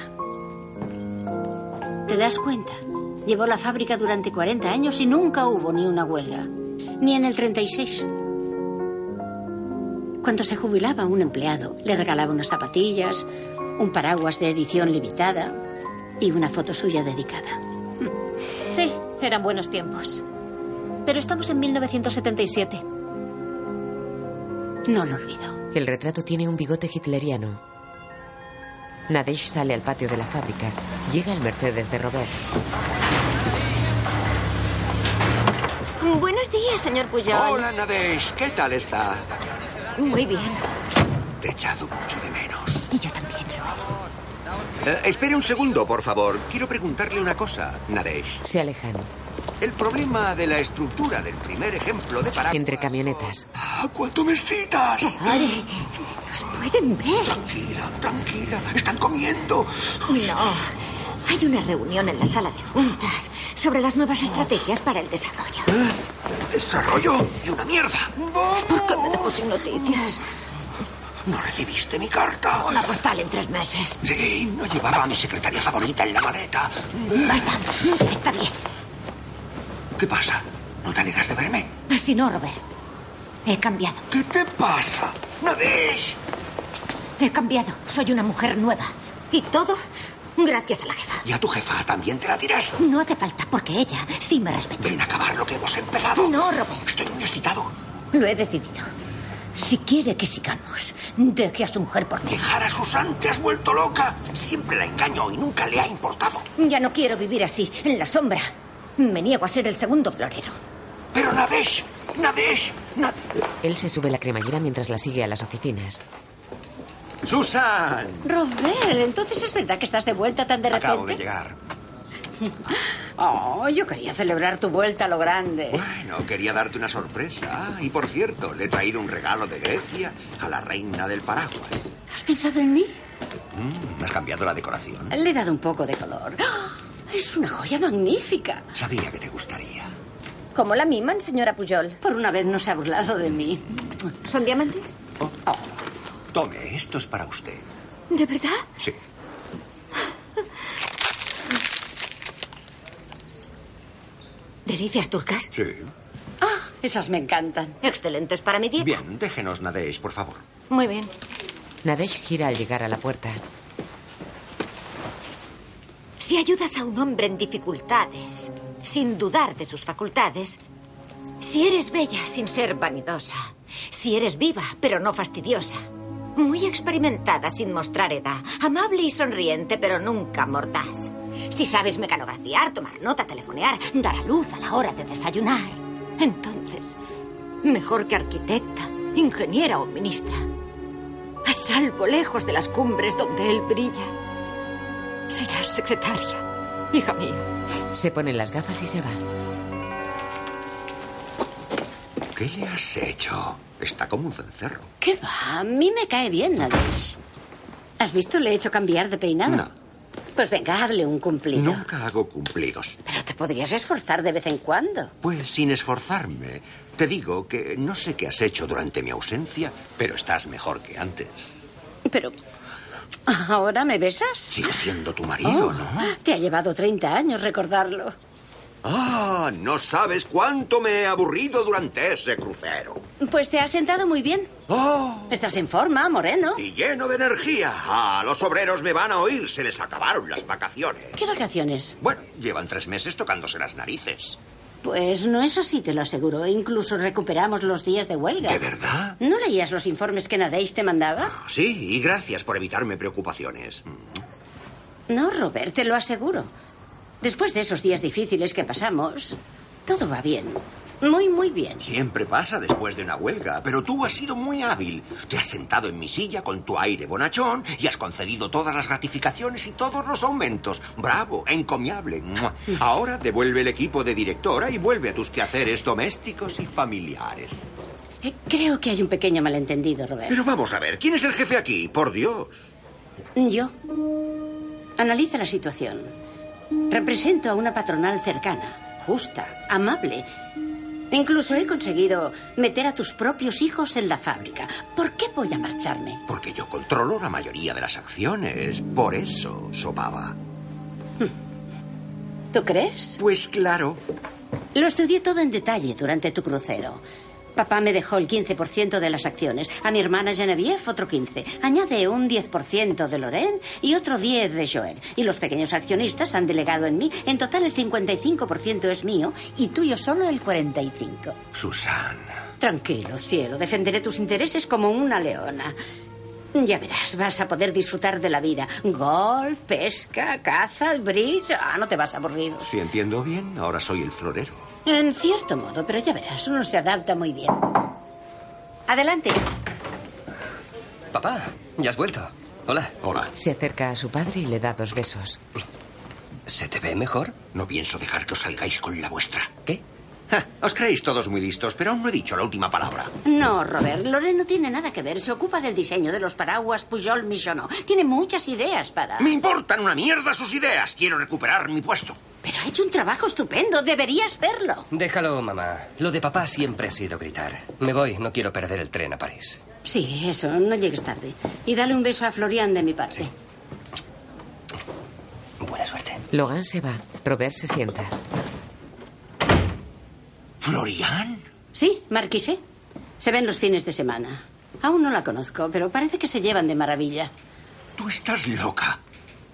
C: ¿Te das cuenta? Llevó la fábrica durante 40 años y nunca hubo ni una huelga. Ni en el 36. Cuando se jubilaba un empleado, le regalaba unas zapatillas, un paraguas de edición limitada y una foto suya dedicada.
I: Sí, eran buenos tiempos. Pero estamos en 1977.
C: No lo olvido.
B: El retrato tiene un bigote hitleriano. Nadesh sale al patio de la fábrica. Llega el Mercedes de Robert.
L: Buenos días, señor Pujol.
D: Hola, Nadesh. ¿Qué tal está?
L: Muy bien.
D: Te he echado mucho de menos.
L: Y yo también.
D: Eh, espere un segundo, por favor. Quiero preguntarle una cosa, Nadesh.
B: Se alejan.
D: El problema de la estructura del primer ejemplo de paraguas...
B: Entre camionetas.
D: ¡Ah, cuánto me excitas!
L: Ay, nos pueden ver.
D: Tranquila, tranquila. Están comiendo.
L: No. Hay una reunión en la sala de juntas sobre las nuevas estrategias para el desarrollo.
D: Desarrollo de una mierda.
L: ¿Por qué me dejo sin noticias?
D: ¿No recibiste mi carta?
L: Una postal en tres meses.
D: Sí, no llevaba a mi secretaria favorita en la maleta.
L: Basta. Está bien.
D: ¿Qué pasa? ¿No te alegras de verme?
L: Así Pues no, Robert. He cambiado.
D: ¿Qué te pasa? ¡Nadesh!
L: He cambiado. Soy una mujer nueva. Y todo gracias a la jefa.
D: ¿Y a tu jefa también te la tiras?
L: No hace falta porque ella sí me respeta.
D: Ven a acabar lo que hemos empezado.
L: No, Robert.
D: Estoy muy excitado.
L: Lo he decidido. Si quiere que sigamos, deje a su mujer por mí.
D: Dejar a Susan, te has vuelto loca. Siempre la engaño y nunca le ha importado.
L: Ya no quiero vivir así, en la sombra. Me niego a ser el segundo florero.
D: Pero Nadesh, Nadesh, Nadesh.
B: Él se sube la cremallera mientras la sigue a las oficinas.
D: ¡Susan!
C: Robert, entonces es verdad que estás de vuelta tan de repente.
D: Acabo de llegar.
C: Oh, yo quería celebrar tu vuelta a lo grande.
D: Bueno, quería darte una sorpresa. Ah, y por cierto, le he traído un regalo de Grecia a la reina del paraguas.
C: ¿Has pensado en mí?
D: Mm, has cambiado la decoración.
C: Le he dado un poco de color. ¡Ah! Es una joya magnífica.
D: Sabía que te gustaría.
L: ¿Cómo la miman, señora Pujol?
C: Por una vez no se ha burlado de mí.
L: ¿Son diamantes?
D: Tome, esto es para usted.
L: ¿De verdad?
D: Sí.
L: ¿Delicias turcas?
D: Sí.
C: Ah, Esas me encantan.
L: Excelentes para mi dieta.
D: Bien, déjenos nadéis, por favor.
L: Muy bien.
B: Nadesh gira al llegar a la puerta.
L: Si ayudas a un hombre en dificultades, sin dudar de sus facultades, si eres bella sin ser vanidosa, si eres viva pero no fastidiosa, muy experimentada sin mostrar edad, amable y sonriente pero nunca mordaz, si sabes mecanografiar, tomar nota, telefonear, dar a luz a la hora de desayunar, entonces, mejor que arquitecta, ingeniera o ministra, a salvo lejos de las cumbres donde él brilla, serás secretaria, hija mía.
B: Se pone las gafas y se va.
D: ¿Qué le has hecho? Está como un cencerro.
C: ¿Qué va? A mí me cae bien, Nadesh. ¿Has visto? Le he hecho cambiar de peinado. Pues venga, hazle un cumplido.
D: Nunca hago cumplidos.
C: Pero te podrías esforzar de vez en cuando.
D: Pues sin esforzarme, te digo que no sé qué has hecho durante mi ausencia, pero estás mejor que antes.
C: Pero... ¿Ahora me besas?
D: Sigue siendo tu marido,
C: Oh,
D: ¿no?
C: Te ha llevado 30 años recordarlo.
D: Ah, no sabes cuánto me he aburrido durante ese crucero.
C: Pues te has sentado muy bien.
D: Oh.
C: Estás en forma, Moreno.
D: Y lleno de energía. Ah, los obreros me van a oír, se les acabaron las vacaciones.
C: ¿Qué vacaciones?
D: Bueno, llevan tres meses tocándose las narices.
C: Pues no es así, te lo aseguro. Incluso recuperamos los días de huelga.
D: ¿De verdad?
C: ¿No leías los informes que Nadéis te mandaba?
D: Ah, Sí, y gracias por evitarme preocupaciones.
C: No, Robert, te lo aseguro. Después de esos días difíciles que pasamos, todo va bien. Muy, muy bien.
D: Siempre pasa después de una huelga, pero tú has sido muy hábil. Te has sentado en mi silla con tu aire bonachón y has concedido todas las gratificaciones y todos los aumentos. Bravo, encomiable. ¡Mua! Ahora devuelve el equipo de directora y vuelve a tus quehaceres domésticos y familiares.
C: Eh, Creo que hay un pequeño malentendido, Robert.
D: Pero vamos a ver, ¿quién es el jefe aquí? Por Dios.
C: Yo. Analiza la situación. Represento a una patronal cercana, justa, amable. Incluso he conseguido meter a tus propios hijos en la fábrica. ¿Por qué voy a marcharme?
D: Porque yo controlo la mayoría de las acciones. Por eso, sopaba.
C: ¿Tú crees?
D: Pues claro.
C: Lo estudié todo en detalle durante tu crucero. Papá me dejó el 15% de las acciones, a mi hermana Genevieve otro 15%, añade un 10% de Lorraine y otro 10% de Joel. Y los pequeños accionistas han delegado en mí, en total el 55% es mío y tuyo solo el 45%.
D: Susan.
C: Tranquilo, cielo, defenderé tus intereses como una leona. Ya verás, vas a poder disfrutar de la vida. Golf, pesca, caza, bridge. Ah, no te vas a aburrir.
D: Si entiendo bien, ahora soy el florero.
C: En cierto modo, pero ya verás, uno se adapta muy bien. Adelante.
J: Papá, ya has vuelto. Hola.
D: Hola.
B: Se acerca a su padre y le da dos besos.
J: ¿Se te ve mejor?
D: No pienso dejar que os salgáis con la vuestra. ¿Qué? os creéis todos muy listos, pero aún no he dicho la última palabra.
C: No, Robert, Loré no tiene nada que ver. Se ocupa del diseño de los paraguas Pujol Michonneau. Tiene muchas ideas para...
D: Me importan una mierda sus ideas. Quiero recuperar mi puesto.
C: Pero ha hecho un trabajo estupendo. Deberías verlo.
J: Déjalo, mamá. Lo de papá siempre ha sido gritar. Me voy, no quiero perder el tren a París.
C: Sí, eso, no llegues tarde. Y dale un beso a Florian de mi parte.
J: Buena suerte.
B: Logan se va. Robert se sienta.
D: ¿Florian?
C: Sí, Marquise. Se ven los fines de semana. Aún no la conozco, pero parece que se llevan de maravilla.
D: Tú estás loca.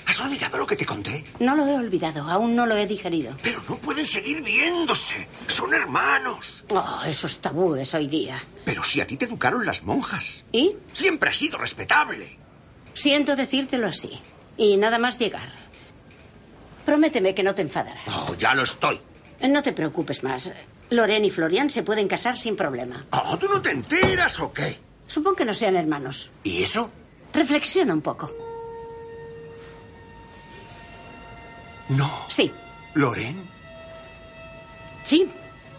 D: ¿Has olvidado lo que te conté?
C: No lo he olvidado, aún no lo he digerido.
D: Pero no pueden seguir viéndose. Son hermanos.
C: Oh, esos tabúes hoy día.
D: Pero si a ti te educaron las monjas.
C: ¿Y?
D: Siempre has sido respetable.
C: Siento decírtelo así. Y nada más llegar. Prométeme que no te enfadarás.
D: Oh, ya lo estoy.
C: No te preocupes más. Loren y Florian se pueden casar sin problema.
D: Oh, ¿tú no te enteras o qué?
C: Supongo que no sean hermanos.
D: ¿Y eso?
C: Reflexiona un poco.
D: No.
C: Sí.
D: ¿Loren?
C: Sí.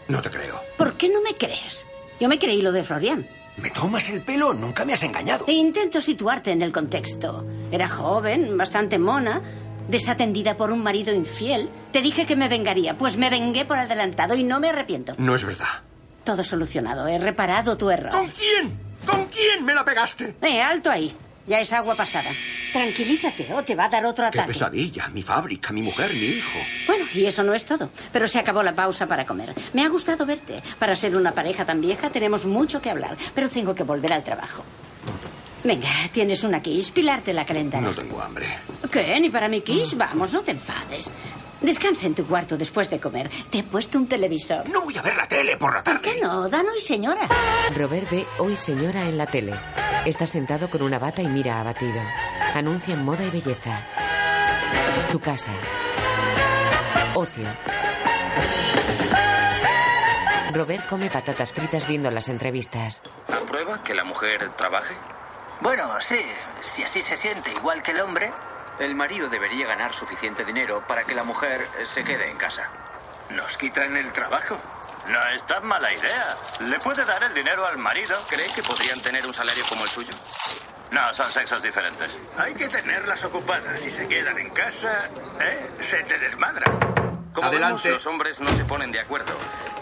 D: No te creo.
C: ¿Por qué no me crees? Yo me creí lo de Florian.
D: ¿Me tomas el pelo? Nunca me has engañado.
C: E intento situarte en el contexto. Era joven, bastante mona, desatendida por un marido infiel. Te dije que me vengaría, pues me vengué por adelantado y no me arrepiento.
D: No es verdad.
C: Todo solucionado, he reparado tu error. ¿Con
D: quién? ¿Con quién me la pegaste?
C: Eh, alto ahí. Ya es agua pasada. Tranquilízate o te va a dar otro
D: Qué
C: ataque.
D: pesadilla. Mi fábrica, mi mujer, mi hijo.
C: Bueno, y eso no es todo. Pero se acabó la pausa para comer. Me ha gustado verte. Para ser una pareja tan vieja tenemos mucho que hablar, pero tengo que volver al trabajo. Venga, tienes una quiche. Pilar te la calentará.
D: No tengo hambre.
C: ¿Qué? ¿Ni para mi quiche? Vamos, no te enfades. Descansa en tu cuarto después de comer. Te he puesto un televisor.
D: No voy a ver la tele por la tarde.
C: ¿Por qué no? Dan hoy señora.
B: Robert ve Hoy Señora en la tele. Está sentado con una bata y mira abatido. Anuncian moda y belleza. Tu casa. Ocio. Robert come patatas fritas viendo las entrevistas.
P: ¿Aprueba que la mujer trabaje?
Q: Bueno, sí, si así se siente, igual que el hombre.
P: El marido debería ganar suficiente dinero para que la mujer eh, se quede en casa. Nos quitan el trabajo.
O: No es tan mala idea. ¿Le puede dar el dinero al marido?
P: ¿Cree que podrían tener un salario como el suyo?
O: No, son sexos diferentes.
M: Hay que tenerlas ocupadas. Si se quedan en casa, ¿eh? se te desmadran.
P: Como
M: Adelante.
P: vemos, los hombres no se ponen de acuerdo.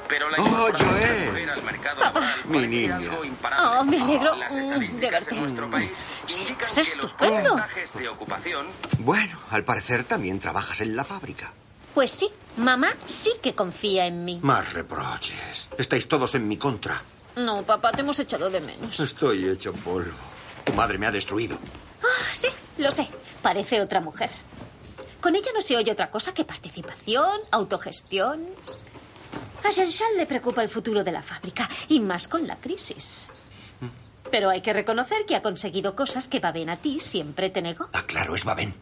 P: Pero la
M: Oh,
P: incorporación de la
M: Joel.
P: mujer al mercado laboral
D: Mi
P: parece
D: niña.
P: algo
C: Ah.
P: imparable.
I: Oh, me alegro
P: Las
I: mm, de verte. Estás estupendo.
P: porcentajes de ocupación
D: Bueno, al parecer también trabajas en la fábrica.
I: Pues sí, mamá sí que confía en mí.
D: Más reproches. Estáis todos en mi contra.
I: No, papá, te hemos echado de menos.
D: Estoy hecho polvo. Tu madre me ha destruido.
I: Ah, sí, lo sé. Parece otra mujer. Con ella no se oye otra cosa que participación, autogestión. A Jean-Charles le preocupa el futuro de la fábrica y más con la crisis. Pero hay que reconocer que ha conseguido cosas que Babén a ti siempre te negó.
D: Ah, claro, es Babén.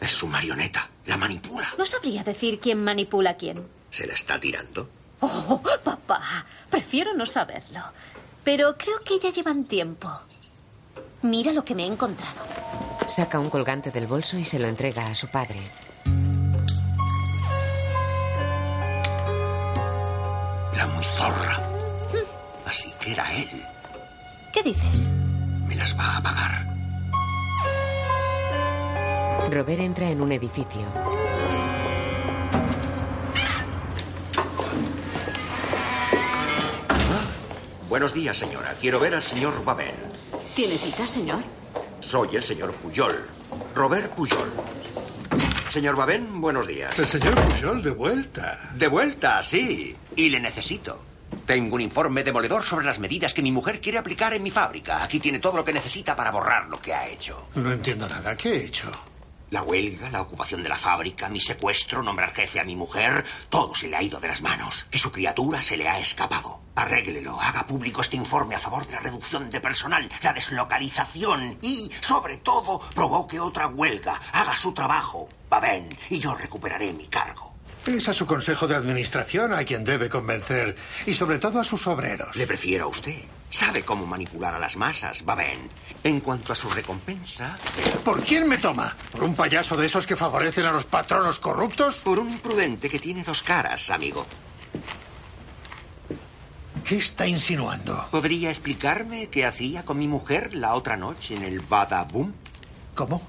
D: Es su marioneta. La manipula.
I: No sabría decir quién manipula a quién.
D: ¿Se la está tirando?
I: Oh, papá, prefiero no saberlo. Pero creo que ya llevan tiempo. Mira lo que me he encontrado.
B: Saca un colgante del bolso y se lo entrega a su padre.
D: La muy zorra. Así que era él.
I: ¿Qué dices?
D: Me las va a pagar.
B: Robert entra en un edificio.
D: Buenos días, señora. Quiero ver al señor Babén.
L: ¿Tiene cita, señor?
D: Soy el señor Puyol. Robert Puyol. Señor Babén, buenos días.
E: El señor Pujol de vuelta.
D: De vuelta, sí. Y le necesito. Tengo un informe demoledor sobre las medidas que mi mujer quiere aplicar en mi fábrica. Aquí tiene todo lo que necesita para borrar lo que ha hecho.
E: No entiendo nada. ¿Qué he hecho?
D: La huelga, la ocupación de la fábrica, mi secuestro, nombrar jefe a mi mujer, todo se le ha ido de las manos. Y su criatura se le ha escapado. Arréglelo, haga público este informe a favor de la reducción de personal, la deslocalización y, sobre todo, provoque otra huelga. Haga su trabajo, Babén, y yo recuperaré mi cargo.
E: Es a su consejo de administración a quien debe convencer y sobre todo a sus obreros.
D: Le prefiero a usted. Sabe cómo manipular a las masas, Babén. En cuanto a su recompensa,
E: ¿Por quién me toma? ¿Por un payaso de esos que favorecen a los patronos corruptos?
D: Por un prudente que tiene dos caras, amigo.
E: ¿Qué está insinuando?
D: ¿podría explicarme qué hacía con mi mujer la otra noche en el Badaboom?
E: ¿Cómo?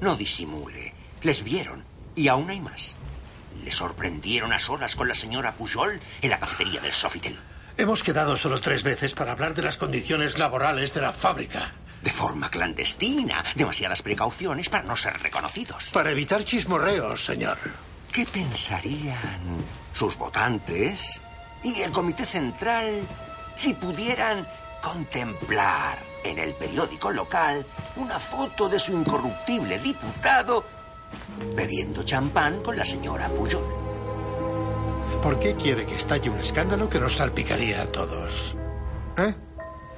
D: No disimule. Les vieron. Y aún hay más. Le sorprendieron a solas con la señora Pujol en la cafetería del Sofitel.
E: Hemos quedado solo tres veces para hablar de las condiciones laborales de la fábrica.
D: De forma clandestina. Demasiadas precauciones para no ser reconocidos.
E: Para evitar chismorreos, señor.
D: ¿Qué pensarían sus votantes y el Comité Central si pudieran contemplar en el periódico local una foto de su incorruptible diputado bebiendo champán con la señora Pujol?
E: ¿Por qué quiere que estalle un escándalo que nos salpicaría a todos? ¿Eh?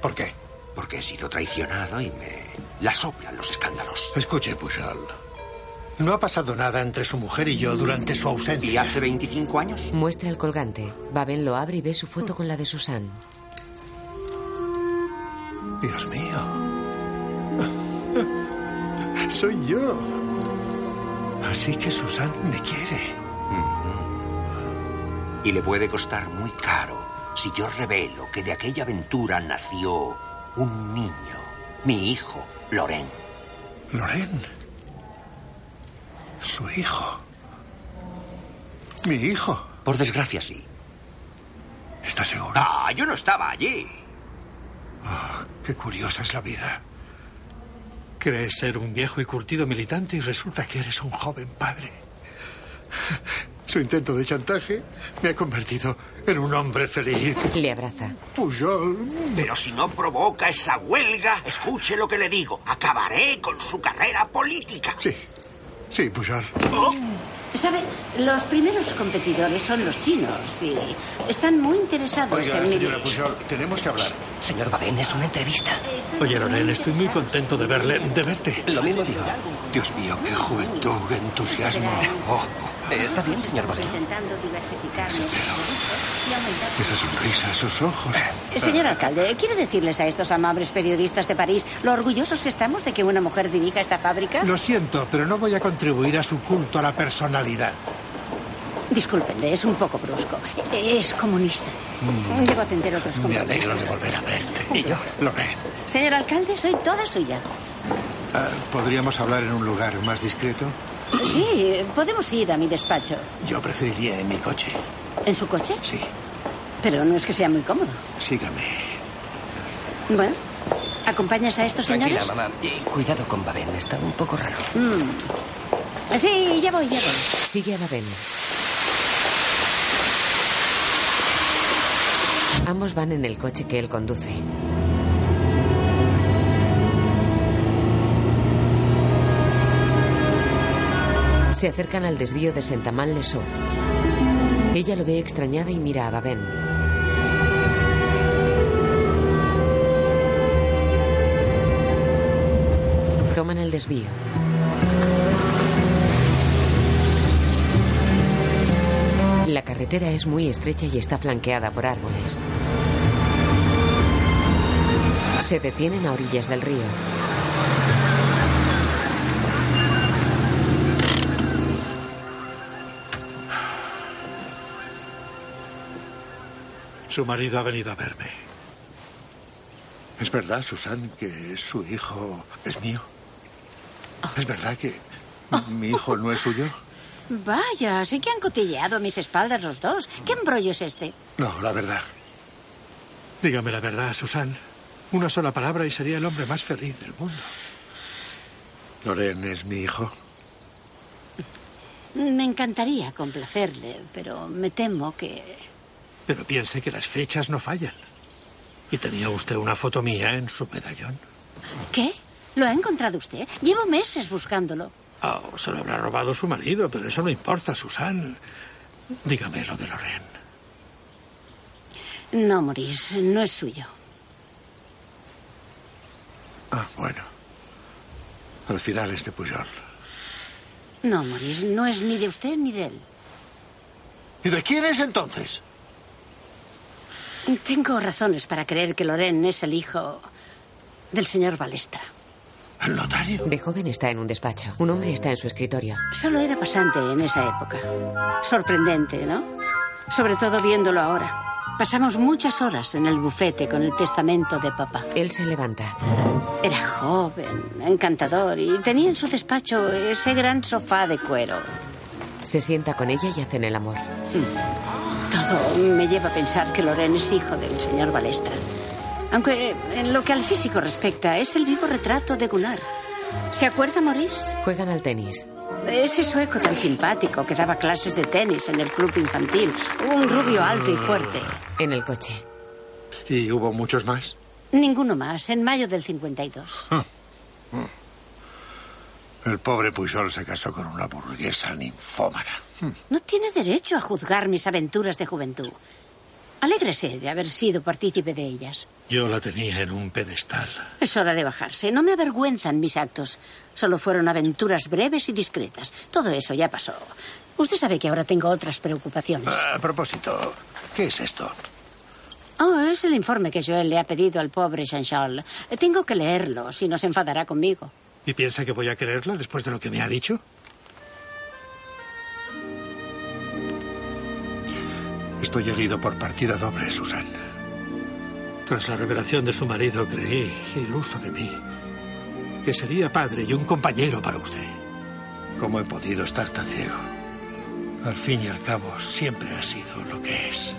E: ¿Por qué?
D: Porque he sido traicionado y me la soplan los escándalos.
E: Escuche, Pujol. No ha pasado nada entre su mujer y yo durante su ausencia.
D: ¿Y hace 25 años?
B: Muestra el colgante. Babel lo abre y ve su foto con la de Susan.
E: Dios mío. Soy yo. Así que Susan me quiere.
D: Y le puede costar muy caro si yo revelo que de aquella aventura nació un niño, mi hijo, Loren.
E: Loren. Su hijo. Mi hijo.
D: Por desgracia, sí.
E: ¿Estás seguro?
D: Ah, yo no estaba allí.
E: Qué curiosa es la vida. Crees ser un viejo y curtido militante y resulta que eres un joven padre. Su intento de chantaje me ha convertido en un hombre feliz.
B: Le abraza.
E: Pues Pujol.
D: Pero si no provoca esa huelga, escuche lo que le digo. Acabaré con su carrera política.
E: Sí. Sí, pues Pujol.
C: Oh. ¿Sabe? Los primeros competidores son los chinos y están muy interesados
E: Oiga,
C: en mi...
E: señora Pujol, tenemos que hablar.
J: Señor Babén, es una entrevista.
E: Oye, Lorel, estoy muy contento de verle, de verte.
J: Lo mismo digo.
E: Dios mío, qué juventud, qué entusiasmo. Oh.
J: Está bien, señor Babén.
C: Intentando diversificarme y aumentar...
E: Esa sonrisa, esos ojos.
C: Eh,
J: Eh,
C: Señor alcalde, ¿quiere decirles a estos amables periodistas de París lo orgullosos que estamos de que una mujer dirija esta fábrica?
E: Lo siento, pero no voy a contribuir a su culto a la personalidad.
C: Discúlpenle, es un poco brusco. Es comunista. Debo atender otros
E: Mm, Me
C: compromisos.
E: alegro de volver a verte. ¿Y yo? Lorraine,
C: Señor alcalde, soy toda suya.
E: ah, ¿podríamos hablar en un lugar más discreto?
C: Sí, podemos ir a mi despacho.
E: Yo preferiría en mi coche.
C: ¿En su coche?
E: Sí.
C: Pero no es que sea muy cómodo.
E: Sígame.
C: Bueno, ¿acompañas a estos
J: Tranquila,
C: señores?
J: mamá. Y cuidado con Babén, está un poco raro.
C: Mm. Sí, ya voy, ya voy.
B: Sigue a Babel. Ambos van en el coche que él conduce. Se acercan al desvío de Sentamal Lesó. Ella lo ve extrañada y mira a Babén. Toman el desvío. La carretera es muy estrecha y está flanqueada por árboles. Se detienen a orillas del río.
E: Su marido ha venido a verme. ¿Es verdad, Susan, que su hijo Oh, es mío? ¿Es verdad que mi hijo no es suyo?
C: Vaya, sí que han cotilleado a mis espaldas los dos. ¿Qué embrollo es este?
E: No, la verdad. Dígame la verdad, Susan. Una sola palabra y sería el hombre más feliz del mundo. Loren es mi hijo.
C: Me encantaría complacerle, pero me temo que...
E: Pero piense que las fechas no fallan. Y tenía usted una foto mía en su medallón.
C: ¿Qué? ¿Lo ha encontrado usted? Llevo meses buscándolo.
E: Oh, se lo habrá robado su marido, pero eso no importa, Susan. Dígame lo de Loren.
C: No, Maurice, no es suyo.
E: Ah, bueno. Al final es de Pujol.
C: No, Maurice, no es ni de usted ni de él.
E: ¿Y de quién es entonces?
C: Tengo razones para creer que Loren es el hijo del señor Balestra.
E: ¿El notario?
B: De joven está en un despacho. Un hombre está en su escritorio.
C: Solo era pasante en esa época. Sorprendente, ¿no? Sobre todo viéndolo ahora. Pasamos muchas horas en el bufete con el testamento de papá.
B: Él se levanta.
C: Era joven, encantador y tenía en su despacho ese gran sofá de cuero.
B: Se sienta con ella y hacen el amor.
C: Todo me lleva a pensar que Loren es hijo del señor Balestra. Aunque en lo que al físico respecta, es el vivo retrato de Gunnar. ¿Se acuerda, Maurice?
B: Juegan al tenis.
C: Ese sueco tan simpático que daba clases de tenis en el club infantil. Un rubio alto y fuerte.
B: En el coche.
E: ¿Y hubo muchos más?
C: Ninguno más, en mayo del 52.
E: El pobre Pujol se casó con una burguesa ninfómana.
C: No tiene derecho a juzgar mis aventuras de juventud. Alégrese de haber sido partícipe de ellas.
E: Yo la tenía en un pedestal.
C: Es hora de bajarse. No me avergüenzan mis actos. Solo fueron aventuras breves y discretas. Todo eso ya pasó. Usted sabe que ahora tengo otras preocupaciones.
E: A propósito, Ah, ¿qué es esto?
C: Oh, es Eh, el informe que Joel le ha pedido al pobre Jean-Charles. Tengo que leerlo, si no se enfadará conmigo.
E: ¿Y piensa que voy a quererla después de lo que me ha dicho? Estoy herido por partida doble, Susan. Tras la revelación de su marido, creí, iluso de mí, que sería padre y un compañero para usted. ¿Cómo he podido estar tan ciego? Al fin y al cabo, siempre ha sido lo que es.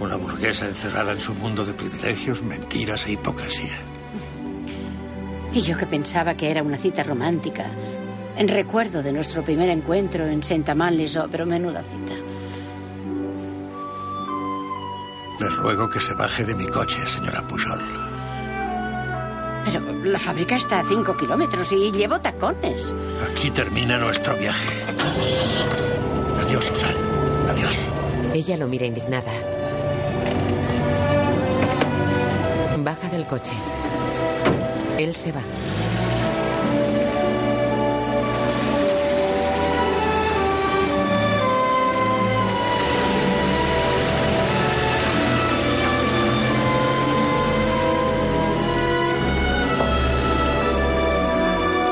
E: Una burguesa encerrada en su mundo de privilegios, mentiras e hipocresía.
C: Y yo que pensaba que era una cita romántica. En recuerdo de nuestro primer encuentro en Saint-Amand-les pero menuda cita.
E: Le ruego que se baje de mi coche, señora Pujol.
C: Pero la fábrica está a cinco kilómetros y llevo tacones.
E: Aquí termina nuestro viaje. Adiós, Susan. Adiós.
B: Ella lo mira indignada. Baja del coche. Él se va.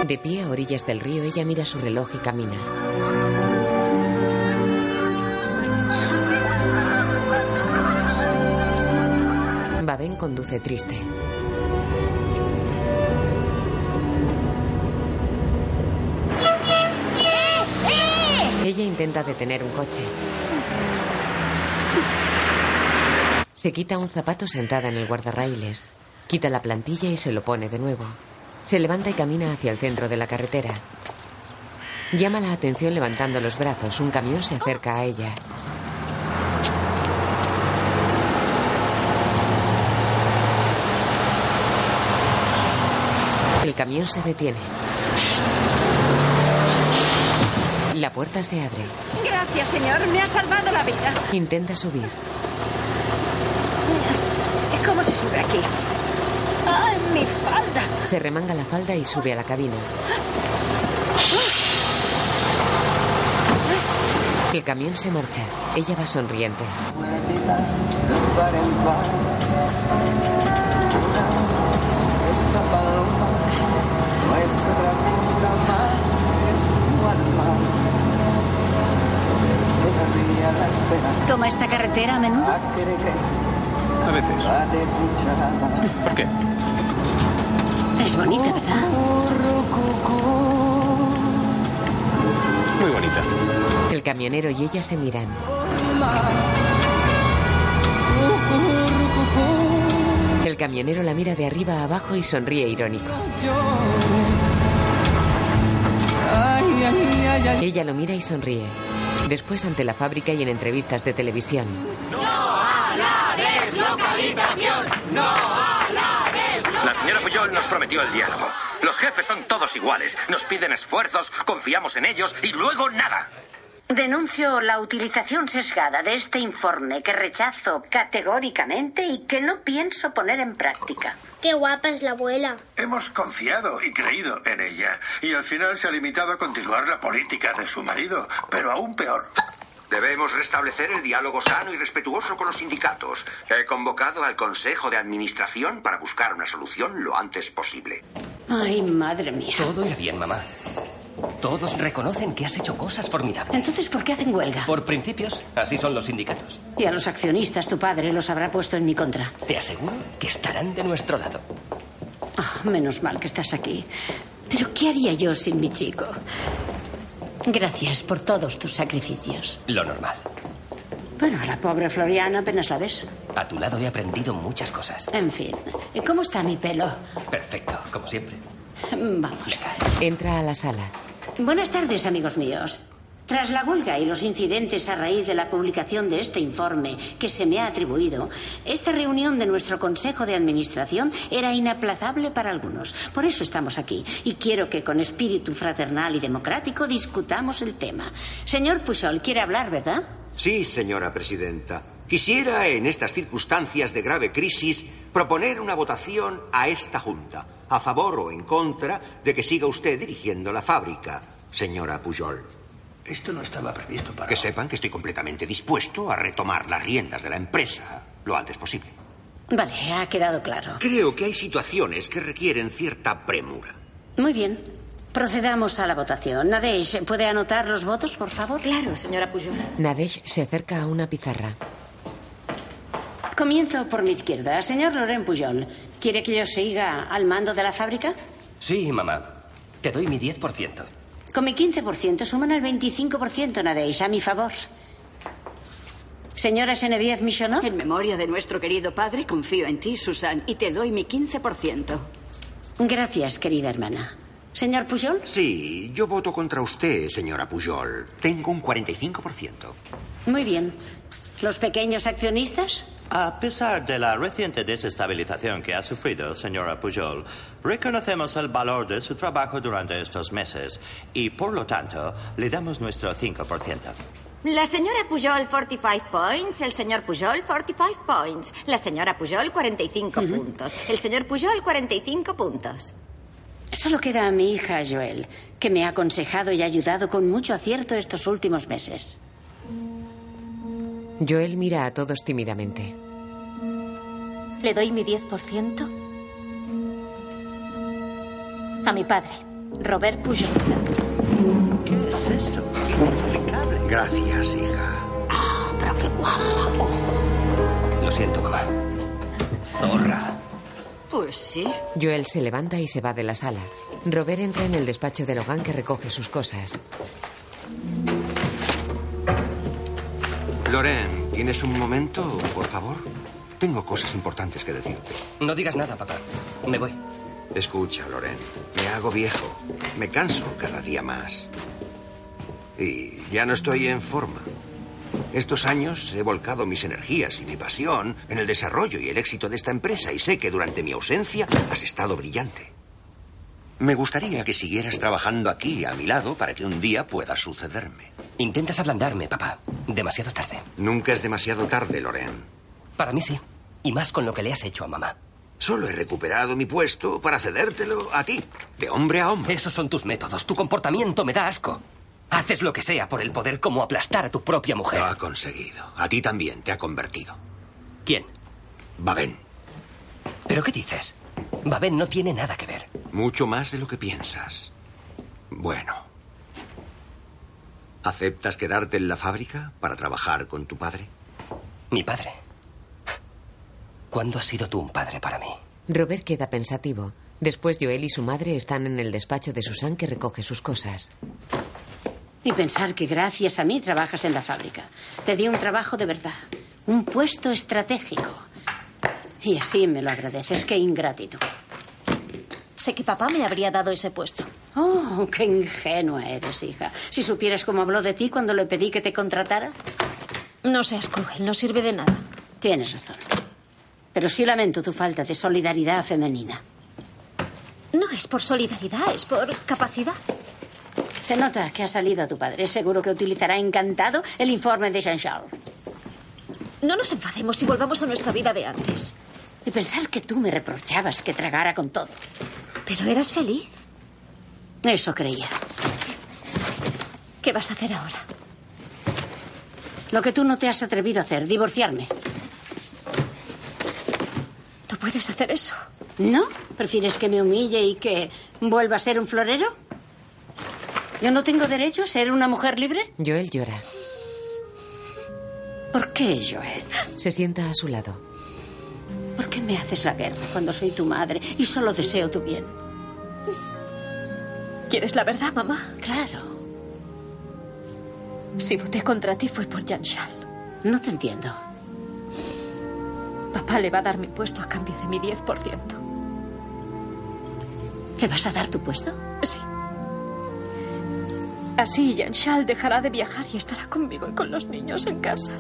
B: De pie a orillas del río, ella mira su reloj y camina. Babén conduce triste. Ella intenta detener un coche. Se quita un zapato sentada en el guardarrailes. Quita la plantilla y se lo pone de nuevo. Se levanta y camina hacia el centro de la carretera. Llama la atención levantando los brazos. Un camión se acerca a ella. El camión se detiene. La puerta se abre.
G: Gracias, señor. Me ha salvado la vida.
B: Intenta subir.
G: ¿Cómo se sube aquí? ¡Ay, mi falda!
B: Se remanga la falda y sube a la cabina. El camión se marcha. Ella va sonriente.
C: Toma esta carretera a menudo.
N: A veces. ¿Por qué?
C: Es bonita, ¿verdad?
N: Muy bonita.
B: El camionero y ella se miran. El camionero la mira de arriba a abajo y sonríe irónico. Ella lo mira y sonríe. Después ante la fábrica y en entrevistas de televisión.
H: ¡La deslocalización! ¡No a la
N: La señora Puyol nos prometió el diálogo. Los jefes son todos iguales. Nos piden esfuerzos, confiamos en ellos y luego nada.
C: Denuncio la utilización sesgada de este informe que rechazo categóricamente y que no pienso poner en práctica.
R: Qué guapa es la abuela.
E: Hemos confiado y creído en ella. Y al final se ha limitado a continuar la política de su marido. Pero aún peor.
D: Debemos restablecer el diálogo sano y respetuoso con los sindicatos. He convocado al Consejo de Administración para buscar una solución lo antes posible.
C: Ay, madre mía.
J: Todo irá bien, mamá. Todos reconocen que has hecho cosas formidables.
C: Entonces, ¿por qué hacen huelga?
J: Por principios, así son los sindicatos.
C: Y a los accionistas tu padre los habrá puesto en mi contra.
J: Te aseguro que estarán de nuestro lado.
C: Ah, menos mal que estás aquí. Pero ¿qué haría yo sin mi chico? Gracias por todos tus sacrificios.
J: Lo normal.
C: Bueno, a la pobre Floriana apenas la ves.
J: A tu lado he aprendido muchas cosas.
C: En fin, ¿cómo está mi pelo?
J: Perfecto, como siempre.
C: Vamos.
B: Entra a la sala.
C: Buenas tardes, amigos míos. Tras la huelga y los incidentes a raíz de la publicación de este informe que se me ha atribuido, esta reunión de nuestro Consejo de Administración era inaplazable para algunos. Por eso estamos aquí y quiero que con espíritu fraternal y democrático discutamos el tema. Señor Pujol, quiere hablar, ¿verdad?
D: Sí, señora presidenta. Quisiera, en estas circunstancias de grave crisis, proponer una votación a esta Junta, a favor o en contra de que siga usted dirigiendo la fábrica, señora Pujol.
E: Esto no estaba previsto para...
D: Que sepan que estoy completamente dispuesto a retomar las riendas de la empresa lo antes posible.
C: Vale, ha quedado claro.
D: Creo que hay situaciones que requieren cierta premura.
C: Muy bien. Procedamos a la votación. Nadesh, ¿puede anotar los votos, por favor? Claro, señora Pujol.
B: Nadesh se acerca a una pizarra.
C: Comienzo por mi izquierda. Señor Loren Pujol, ¿quiere que yo siga al mando de la fábrica?
J: Sí, mamá. Te doy mi 10%.
C: Con mi 15% suman al 25%, Nadeish, a mi favor. Señora Seneviev Michonot.
R: En memoria de nuestro querido padre, confío en ti, Susan, y te doy mi 15%.
C: Gracias, querida hermana. Señor Pujol.
D: Sí, yo voto contra usted, señora Pujol. Tengo un 45%.
C: Muy bien. ¿Los pequeños accionistas?
S: A pesar de la reciente desestabilización que ha sufrido, señora Pujol, reconocemos el valor de su trabajo durante estos meses y, por lo tanto, le damos nuestro 5%.
L: La señora Pujol 45 points, el señor Pujol 45 points, la señora Pujol 45 puntos, el señor Pujol 45 puntos.
C: Solo queda a mi hija Joel, que me ha aconsejado y ayudado con mucho acierto estos últimos meses.
B: Joel mira a todos tímidamente.
I: Le doy mi 10% a mi padre, Robert Pujol.
H: ¿Qué es esto? Inexplicable.
D: Gracias, hija.
J: Ah, pero qué guapo. Lo siento, mamá. Zorra.
R: Pues sí.
B: Joel se levanta y se va de la sala. Robert entra en el despacho de Logan que recoge sus cosas.
D: Loren, ¿tienes un momento, por favor? Tengo cosas importantes que decirte.
J: No digas nada, papá. Me voy.
D: Escucha, Loren, me hago viejo. Me canso cada día más. Y ya no estoy en forma. Estos años he volcado mis energías y mi pasión en el desarrollo y el éxito de esta empresa y sé que durante mi ausencia has estado brillante. Me gustaría que siguieras trabajando aquí a mi lado para que un día pueda sucederme.
J: Intentas ablandarme, papá. Demasiado tarde.
D: Nunca es demasiado tarde, Loren.
J: Para mí sí. Y más con lo que le has hecho a mamá.
D: Solo he recuperado mi puesto para cedértelo a ti, de hombre a hombre.
J: Esos son tus métodos. Tu comportamiento me da asco. Haces lo que sea por el poder como aplastar a tu propia mujer.
D: Lo ha conseguido. A ti también te ha convertido.
J: ¿Quién?
D: Babén.
J: ¿Pero qué dices? Babén no tiene nada que ver.
D: Mucho más de lo que piensas. Bueno. ¿Aceptas quedarte en la fábrica para trabajar con tu padre?
J: Mi padre. ¿Cuándo has sido tú un padre para mí?
B: Robert queda pensativo. Después Joel y su madre están en el despacho de Susan que recoge sus cosas.
C: Y pensar que gracias a mí trabajas en la fábrica. Te di un trabajo de verdad, un puesto estratégico. Y así me lo agradeces. Qué ingratitud.
I: Sé que papá me habría dado ese puesto.
C: Oh, qué ingenua eres, hija. Si supieras cómo habló de ti cuando le pedí que te contratara.
I: No seas cruel, no sirve de nada.
C: Tienes razón. Pero sí lamento tu falta de solidaridad femenina.
I: No es por solidaridad, es por capacidad.
C: Se nota que ha salido a tu padre. Seguro que utilizará encantado el informe de Jean-Charles.
I: No nos enfademos y volvamos a nuestra vida de antes.
C: Y pensar que tú me reprochabas que tragara con todo.
I: Pero eras feliz.
C: Eso creía.
I: ¿Qué vas a hacer ahora?
C: Lo que tú no te has atrevido a hacer, divorciarme.
I: No puedes hacer eso.
C: ¿No? ¿Prefieres que me humille y que vuelva a ser un florero? ¿Yo no tengo derecho a ser una mujer libre?
B: Joel llora.
C: ¿Por qué, Joel?
B: Se sienta a su lado.
C: ¿Por qué me haces la guerra cuando soy tu madre y solo deseo tu bien?
I: ¿Quieres la verdad, mamá?
C: Claro.
I: Si voté contra ti fue por Jean Charles.
C: No te entiendo.
I: Papá le va a dar mi puesto a cambio de mi 10%.
C: ¿Le vas a dar tu puesto?
I: Sí. Así Jean Charles dejará de viajar y estará conmigo y con los niños en casa.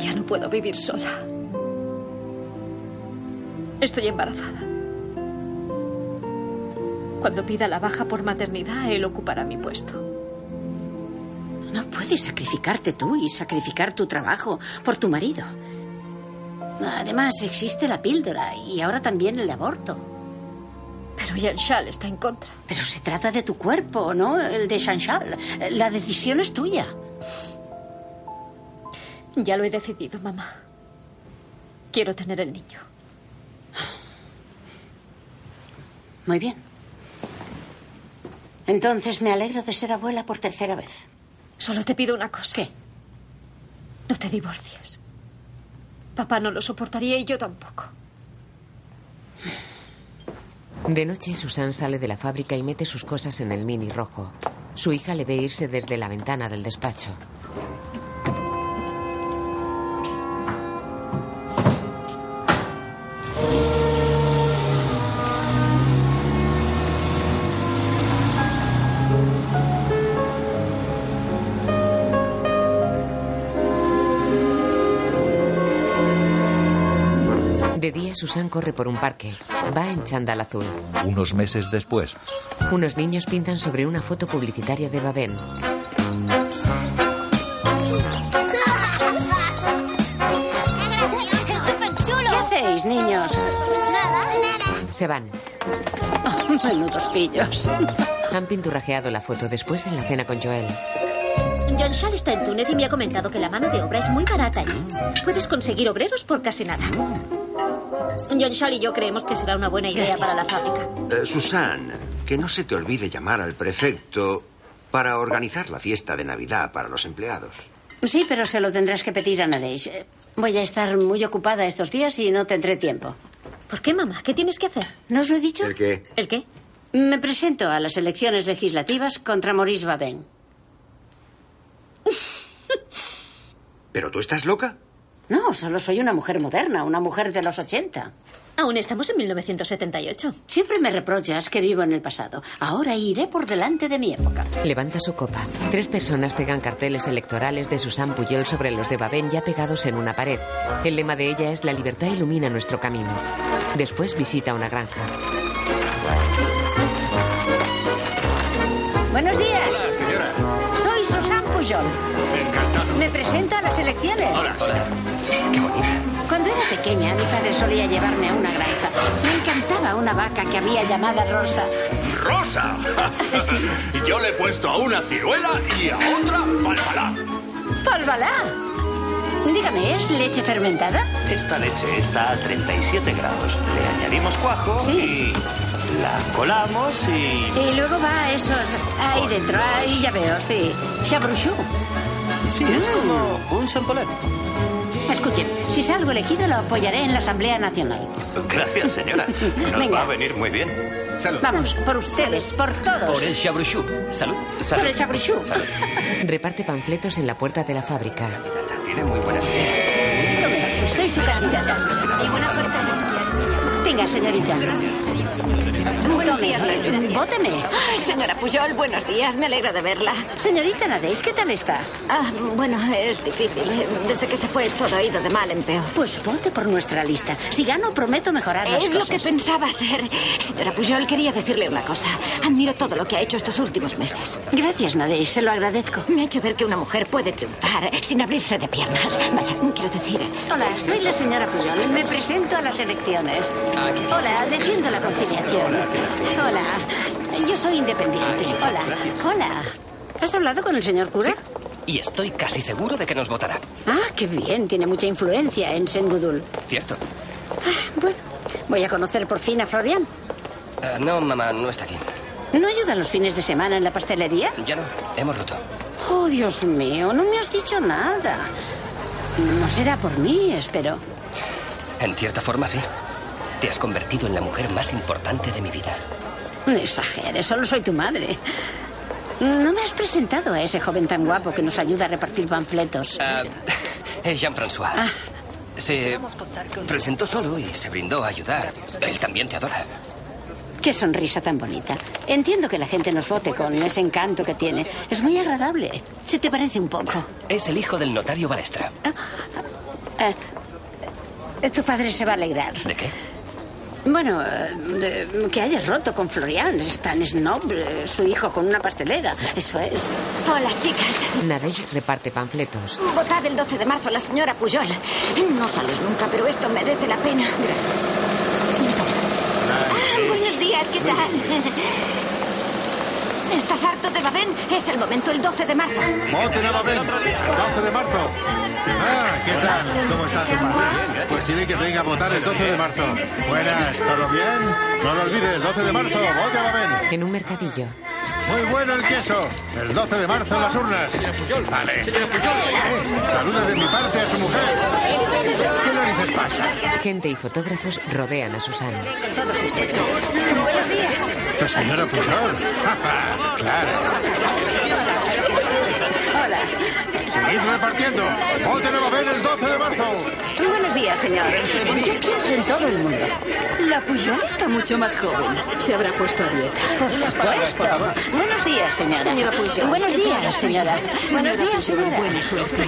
I: Ya no puedo vivir sola. Estoy embarazada. Cuando pida la baja por maternidad, él ocupará mi puesto.
C: No puedes sacrificarte tú y sacrificar tu trabajo por tu marido. Además, existe la píldora y ahora también el aborto.
I: Pero Jean Charles está en contra.
C: Pero se trata de tu cuerpo, ¿no? El de Chanchal. La decisión es tuya.
I: Ya lo he decidido, mamá. Quiero tener el niño.
C: Muy bien. Entonces me alegro de ser abuela por tercera vez.
I: Solo te pido una cosa. ¿Qué? No te divorcies. Papá no lo soportaría y yo tampoco.
B: De noche, Susan sale de la fábrica y mete sus cosas en el mini rojo. Su hija le ve irse desde la ventana del despacho. De día, Susan corre por un parque. Va en chándal azul.
A: Unos meses después,
B: Unos niños pintan sobre una foto publicitaria de Babén.
C: ¿Qué hacéis, niños?
B: Se van.
C: Menudos pillos.
B: Han pinturajeado la foto después en la cena con Joel.
I: John Shad está en Túnez y me ha comentado que la mano de obra es muy barata allí. Puedes conseguir obreros por casi nada. John Shad y yo creemos que será una buena idea
C: Mm. Gracias.
I: para la fábrica.
D: Eh, Susan, que no se te olvide llamar al prefecto para organizar la fiesta de Navidad para los empleados.
C: Pues Sí, pero se lo tendrás que pedir a Nadesh. Eh, Voy a estar muy ocupada estos días y no tendré tiempo.
I: ¿Por qué, mamá? ¿Qué tienes que hacer?
C: ¿No os lo he dicho?
D: ¿El qué?
I: ¿El qué?
C: Me presento a las elecciones legislativas contra Maurice Babén.
D: ¿Pero tú estás loca?
C: No, solo soy una mujer moderna, una mujer de los 80.
I: Aún estamos en 1978.
C: Siempre me reprochas que vivo en el pasado. Ahora iré por delante de mi época.
B: Levanta su copa. Tres personas pegan carteles electorales de Susan Puyol sobre los de Babén ya pegados en una pared. El lema de ella es La libertad ilumina nuestro camino. Después visita una granja.
C: Buenos días. Soy Susan Pujol. Me presento a las elecciones. Cuando era pequeña, mi padre solía llevarme a una granja. Me encantaba una vaca que había llamada Rosa.
T: ¡Rosa! Yo le he puesto a una ciruela y a otra falbalá.
C: ¡Falbalá! Dígame, ¿es leche fermentada?
S: Esta leche está a 37 grados. Le añadimos cuajo y la colamos y...
C: Y luego va a esos... Ahí dentro, ahí ya veo, sí. Chabruchú.
S: Sí, es como un sampolet.
C: Escuchen, si salgo elegido lo apoyaré en la Asamblea Nacional.
S: Gracias, señora. Nos
C: Venga.
S: va a venir muy bien. Salud.
C: Vamos, por ustedes, por todos.
S: el chabrushu. Salud.
C: Por el chabrushu.
B: Reparte panfletos en la puerta de la fábrica.
S: Tiene muy buenas ideas.
C: Tome, soy su candidata. Y buena suerte. Tenga, señorita.
L: Buenos días, gracias.
C: Vóteme.
L: Ay, señora Pujol, buenos días. Me alegro de verla.
C: Señorita Nadez, ¿qué tal está?
L: Ah, bueno, es difícil. Desde que se fue todo ha ido de mal en peor.
C: Pues vote por nuestra lista. Si gano, prometo mejorar las
L: Es lo
C: cosas.
L: que pensaba hacer. Señora Pujol, quería decirle una cosa. Admiro todo lo que ha hecho estos últimos meses.
C: Gracias, Nadej, se lo agradezco.
L: Me ha hecho ver que una mujer puede triunfar sin abrirse de piernas. Vaya, quiero decir...
C: Hola, soy la señora Puyol. Me presento a las elecciones. Hola, defiendo la conciliación. Hola, yo soy independiente. Hola, hola. ¿Has hablado con el señor cura?
J: Y estoy casi seguro de que nos votará.
C: Ah, qué bien. Tiene mucha influencia en Sengudul.
J: ¿Cierto?
C: Voy a conocer por fin a Florian.
J: Ah, no, mamá, no está aquí.
C: ¿No ayuda los fines de semana en la pastelería?
J: Ya no. Hemos roto.
C: Oh, Dios mío, no me has dicho nada. No será por mí, espero.
J: En cierta forma, sí. Te has convertido en la mujer más importante de mi vida.
C: No exageres, solo soy tu madre. No me has presentado a ese joven tan guapo que nos ayuda a repartir panfletos.
J: Ah, es Jean-François.
G: Ah.
J: Se presentó solo y se brindó a ayudar. Él también te adora.
C: Qué sonrisa tan bonita. Entiendo que la gente nos vote con ese encanto que tiene. Es muy agradable. Se te parece un poco.
J: Es el hijo del notario Balestra.
C: Eh, eh, tu padre se va a alegrar.
J: ¿De qué?
C: Bueno, eh, de- que hayas roto con Florian. Es tan snob, eh, su hijo con una pastelera. Eso es.
L: Hola, chicas.
B: Nadej reparte panfletos.
L: Votad el 12 de marzo a la señora Pujol. No sales nunca, pero esto merece la pena. Ah, Buenos días, ¿qué tal? ¿Estás harto de Babén? Es el momento, el 12 de marzo.
E: Voten a Babel. 12 de marzo. Ah, ¿Qué tal? ¿Cómo está tu padre? Pues tiene que venir a votar el 12 de marzo. Buenas, ¿todo bien? No lo olvides, el 12 de marzo, vote a Babel.
B: En un mercadillo.
E: Muy bueno el queso. El 12 de marzo en las urnas. Vale. Eh, Saluda de mi parte a su mujer. ¿Qué narices pasa?
B: Gente y fotógrafos rodean a Susana.
E: La señora Pujol. Ja, ja, claro.
H: Hola.
E: Seguid repartiendo. Voten a Babel el 12 de marzo.
R: Buenos días, señor. Yo pienso en todo el mundo. La Pujol está mucho más joven. Se habrá puesto a dieta. Por supuesto. Buenos días, señora.
G: Señora Pujol.
R: Buenos días, señora.
G: Señora
R: Buenos días,
G: Pujol,
R: señora.
G: buena suerte.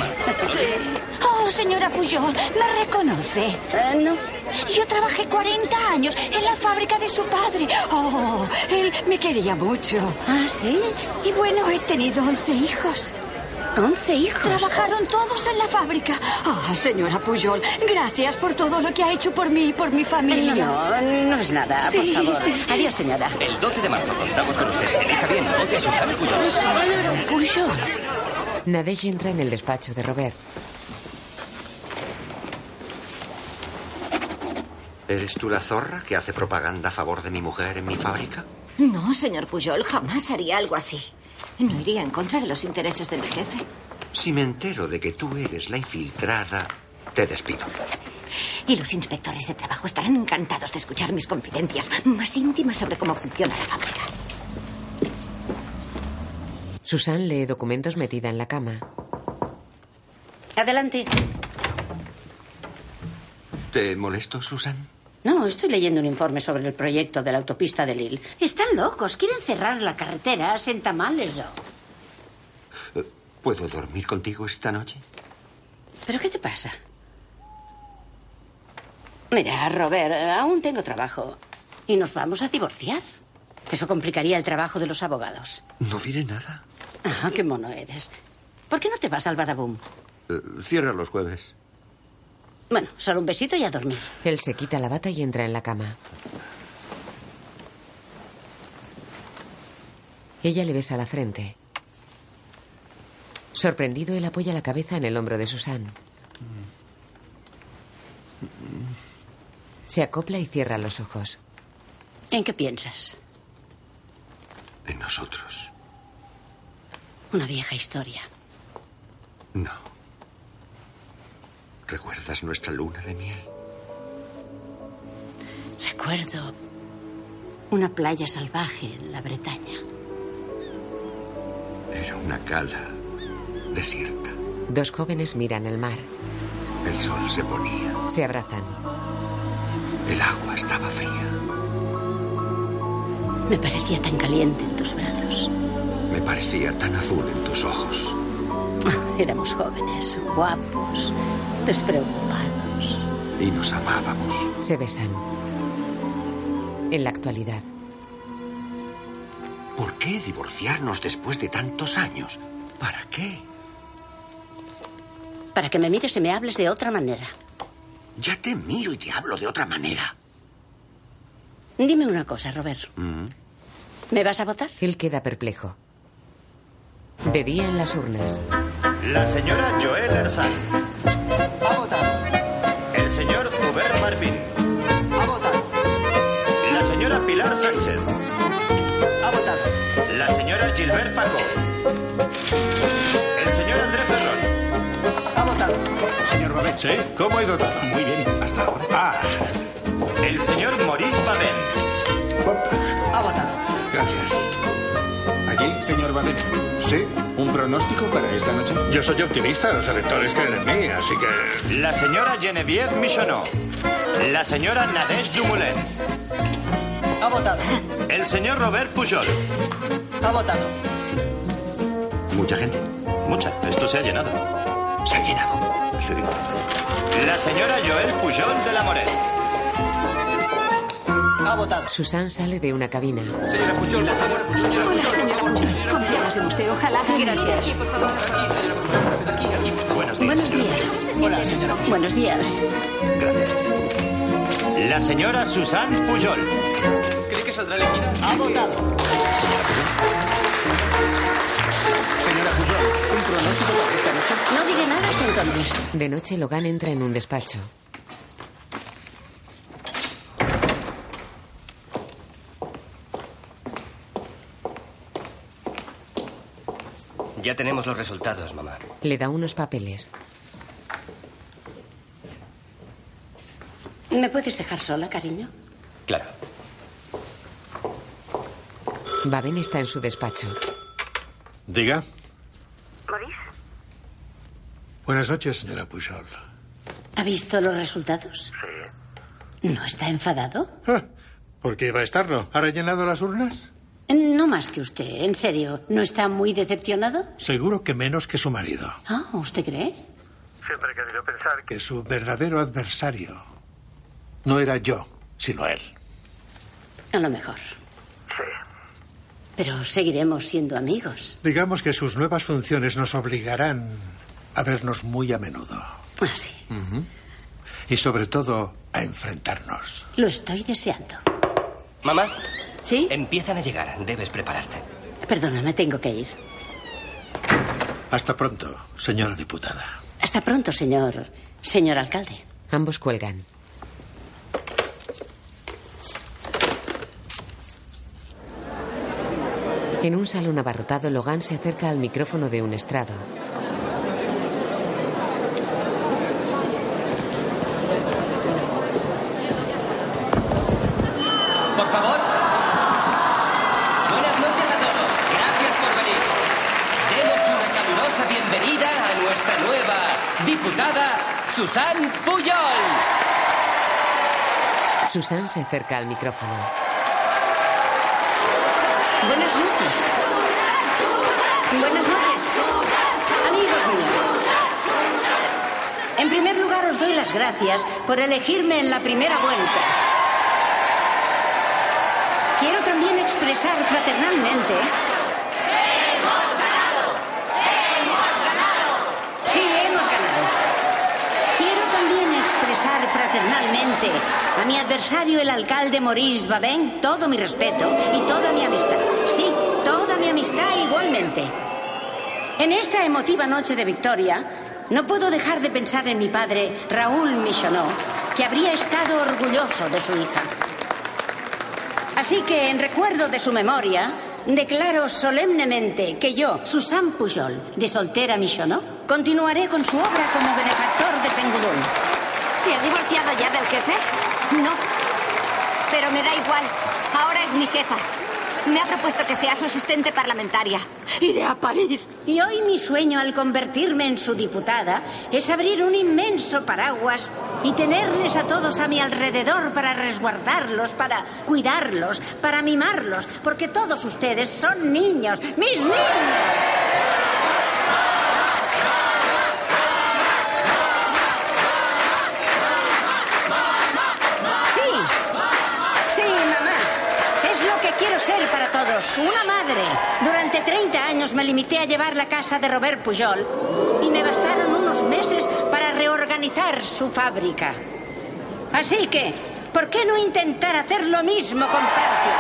R: Oh, señora Pujol, ¿me reconoce? Eh, no. Yo trabajé 40 años en la fábrica de su padre. Oh, él me quería mucho. ¿Ah, sí? Y bueno, he tenido 11 hijos. ¿11 hijos? Trabajaron todos en la fábrica. Ah, señora Pujol, gracias por todo lo que ha hecho por mí y por mi familia.
G: No, no es nada, Ah, por
R: Sí,
G: favor.
R: sí.
G: Adiós, señora.
J: El 12 de marzo contamos con usted. Elija bien, vote a Susana Puyol.
B: Nadesh entra en el despacho de Robert.
D: ¿Eres tú la zorra que hace propaganda a favor de mi mujer en mi fábrica?
L: No, señor Pujol, jamás haría algo así. No iría en contra de los intereses de mi jefe.
D: Si me entero de que tú eres la infiltrada, te despido.
L: Y los inspectores de trabajo estarán encantados de escuchar mis confidencias más íntimas sobre cómo funciona la fábrica.
B: Susan lee documentos metida en la cama.
C: Adelante.
D: ¿Te molesto, Susan?
C: No, estoy leyendo un informe sobre el proyecto de la autopista de Lille. Están locos, quieren cerrar la carretera a Sentamaleso.
D: ¿Puedo dormir contigo esta noche?
C: ¿Pero qué te pasa? Mira, Robert, eh, aún tengo trabajo. ¿Y nos vamos a divorciar? Eso complicaría el trabajo de los abogados.
D: No diré nada.
C: Ah, qué mono eres. ¿Por qué no te vas al Badaboom?
D: Eh, cierra los jueves.
C: Bueno, solo un besito y a dormir.
B: Él se quita la bata y entra en la cama. Ella le besa la frente. Sorprendido, él apoya la cabeza en el hombro de Susan. Se acopla y cierra los ojos.
C: ¿En qué piensas?
D: En nosotros.
C: Una vieja historia.
D: No. ¿Recuerdas nuestra luna de miel?
C: Recuerdo una playa salvaje en la Bretaña.
D: Era una cala desierta.
B: Dos jóvenes miran el mar.
D: El sol se ponía.
B: Se abrazan.
D: El agua estaba fría.
C: Me parecía tan caliente en tus brazos.
D: Me parecía tan azul en tus ojos.
C: Éramos jóvenes, guapos, despreocupados.
D: Y nos amábamos.
B: Se besan. En la actualidad,
D: ¿Por qué divorciarnos después de tantos años? ¿Para qué?
C: Para que me mires y me hables de otra manera.
D: Ya te miro y te hablo de otra manera.
C: Dime una cosa, Robert.
H: Mm.
C: ¿Me vas a votar?
B: él queda perplejo. De día en las urnas.
S: La señora Joel Erzán. Ha votado. El señor Hubert Marvin. Ha votado. La señora Pilar Sánchez. Ha votado. La señora Gilbert Paco. El señor Andrés Ferrón. Ha votado.
E: Señor Babet. ¿Sí? ¿Cómo ha ido todo? Muy bien, hasta ahora. Ah,
S: El señor Maurice Babel.
H: Ha votado.
E: gracias. ¿Allí, señor Babet? Sí. ¿Un pronóstico para esta noche? Yo soy optimista, los electores creen en mí, así que...
S: La señora Genevieve Michonneau. La señora Nadège Dumoulin.
H: Ha votado.
S: El señor Robert Pujol.
H: Ha votado.
S: ¿Mucha gente? Mucha. Esto se ha llenado. ¿Se ha llenado? Sí. La señora Joel Pujol de la Moret.
H: Ha votado.
B: Susan sale de una cabina.
N: Señora Pujol, por favor, señora
G: Hola,
N: Pujol.
G: señora Pujol. Confiamos en usted. Ojalá. Gracias.
S: Buenos días.
C: Buenos días.
H: Hola, señora.
C: Buenos días.
S: Gracias. La señora Susan Pujol.
N: ¿Cree que saldrá elegida?
H: Ha votado.
E: Señora Pujol, ¿un pronóstico para esta noche?
C: No diré nada hasta Ah, entonces.
B: De noche, Logan entra en un despacho.
J: Ya tenemos los resultados, mamá.
B: Le da unos papeles.
C: ¿Me puedes dejar sola, cariño?
J: Claro.
B: Baben está en su despacho.
E: Diga.
C: ¿Morís?
E: Buenas noches, señora Pujol.
C: ¿Ha visto los resultados? ¿No está enfadado?
E: ¿Por qué va a estarlo? ¿Ha rellenado las urnas?
C: No más que usted, en serio. ¿No está muy decepcionado?
E: Seguro que menos que su marido,
C: Ah, ¿usted cree?
F: Siempre he querido pensar
E: que su verdadero adversario no era yo, sino él.
C: A lo mejor. Pero seguiremos siendo amigos.
E: Digamos que sus nuevas funciones nos obligarán a vernos muy a menudo.
C: Ah, sí.
E: Ujú. Y sobre todo a enfrentarnos.
C: Lo estoy deseando.
J: Mamá.
C: ¿Sí?
J: Empiezan a llegar. Debes prepararte.
C: Perdóname, tengo que ir.
E: Hasta pronto, señora diputada.
C: Hasta pronto, señor. Señor alcalde.
B: Ambos cuelgan. En un salón abarrotado, Logan se acerca al micrófono de un estrado.
J: Por favor. Buenas noches a todos. Gracias por venir. Demos una calurosa bienvenida a nuestra nueva diputada, Susan Puyol.
B: Susan se acerca al micrófono.
C: Buenas noches. Buenas noches. Amigos míos. En primer lugar, os doy las gracias por elegirme en la primera vuelta. Quiero también expresar fraternalmente. Sí, hemos ganado. Quiero también expresar fraternalmente a mi adversario, el alcalde Maurice Babin, todo mi respeto y toda mi amistad. Sí, toda mi amistad igualmente. En esta emotiva noche de victoria, no puedo dejar de pensar en mi padre, Raúl Michonneau, que habría estado orgulloso de su hija. Así que, en recuerdo de su memoria, declaro solemnemente que yo, Susan Pujol, de soltera Michonneau, continuaré con su obra como benefactor de Sengudón.
L: ¿Se ha divorciado ya del jefe? No. Pero me da igual. Ahora es mi jefa. Me ha propuesto que sea su asistente parlamentaria. Iré a París.
C: Y hoy mi sueño al convertirme en su diputada es abrir un inmenso paraguas y tenerles a todos a mi alrededor para resguardarlos, para cuidarlos, para mimarlos, porque todos ustedes son niños, mis niños. Sí, sí, mamá. Es lo que quiero ser para todos, una madre. Durante 30 años me limité a llevar la casa de Robert Pujol y me bastaron unos meses para reorganizar su fábrica. Así que, ¿por qué no intentar hacer lo mismo con Francia?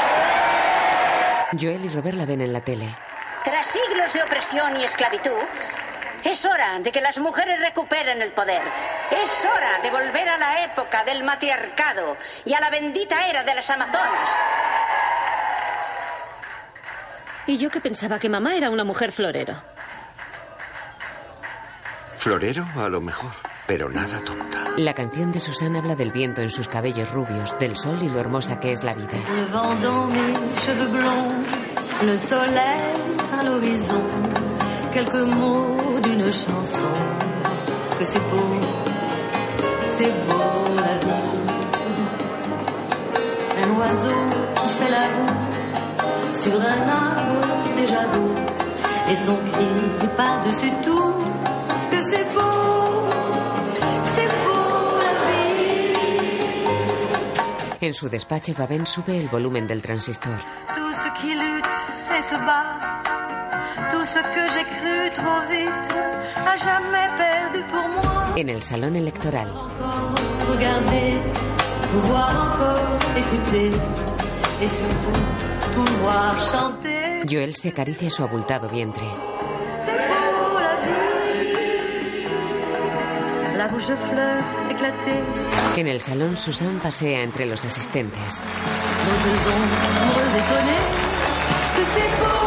B: Joel y Robert la ven en la tele.
C: Tras siglos de opresión y esclavitud, es hora de que las mujeres recuperen el poder. Es hora de volver a la época del matriarcado y a la bendita era de las Amazonas.
I: Y yo que pensaba que mamá era una mujer florero.
D: Florero, a lo mejor, pero nada tonta.
B: La canción de Susan habla del viento en sus cabellos rubios, del sol y lo hermosa que es la vida.
U: Le vent dans mes cheveux blonds, le soleil à l'horizon, quelques mots d'une chanson, que c'est beau, c'est beau la vie. Un oiseau qui fait la roue sur un arbre déjà beau, et son cri par-dessus tout, que c'est beau, c'est beau la vie.
B: En su despacho, Baben sube el volumen del transistor.
U: Tout ce qui lutte et se bat, tout ce que j'ai cru trop vite, a jamais perdu pour moi.
B: En el salón electoral,
U: Regarder, pouvoir encore écouter, et surtout pouvoir chanter.
B: Joel se acaricia su abultado vientre.
U: C'est beau la vie, rouge fleur éclatée.
B: En el salón, Susan pasea entre los asistentes.
U: Nos deux ondes amoureuses étonnées que c'est beau,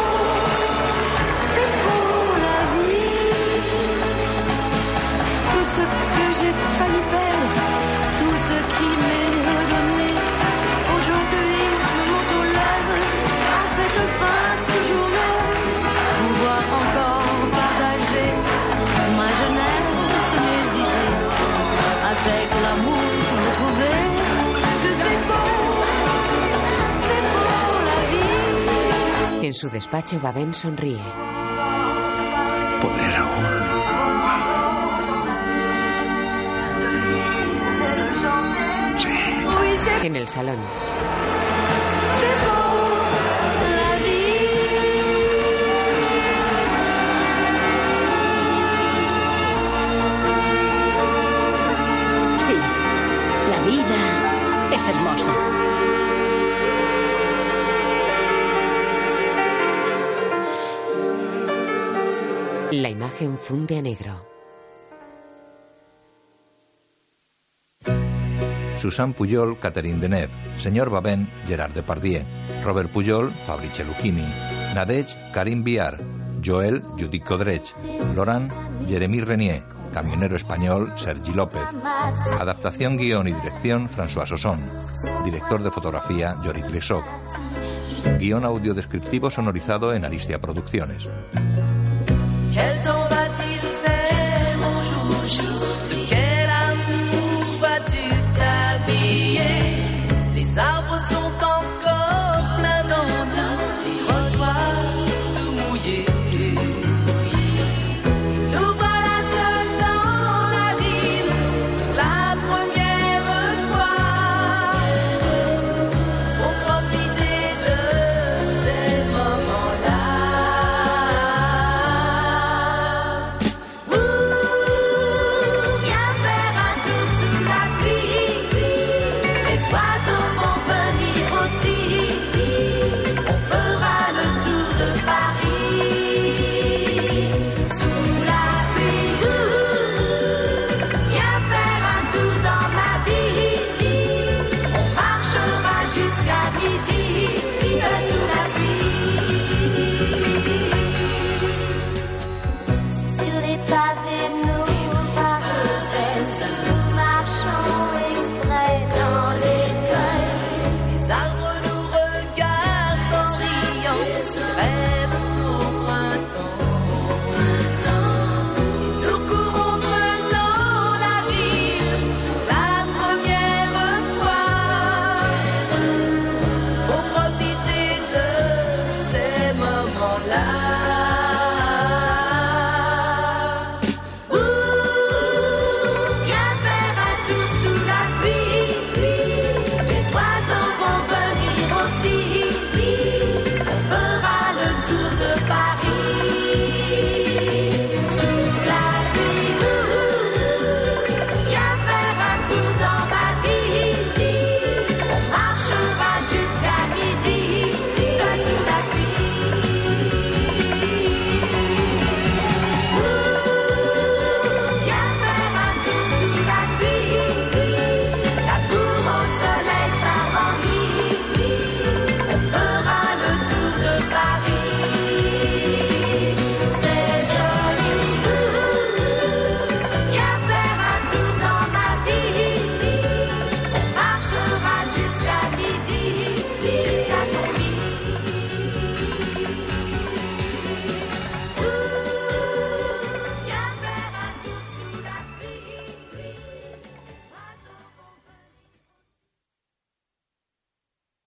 U: c'est beau la vie. Tout ce que j'ai failli perdre, tout ce qui m'est redonné, aujourd'hui me monte aux lèvres en cette fin de journée. Pouvoir encore partager ma jeunesse, mes idées, avec l'amour retrouvé, que c'est beau. C'est beau la vie.
B: En su despacho, Babén sonríe. En el salón,
U: C'est beau la vie.
C: Sí, la vida es hermosa.
B: la imagen funde a negro.
A: Susan Puyol, Catherine Deneuve, Señor Babén, Gerard Depardieu, Robert Puyol, Fabrice Lucchini, Nadej, Karim Biar, Joel, Judith Godrech, Laurent, Jeremy Renier, camionero español, Sergi López. Adaptación, guión y dirección, François Sosson. Director de fotografía, Yorick Lesoc. Guión audiodescriptivo sonorizado en Aristia Producciones.
U: Quel temps va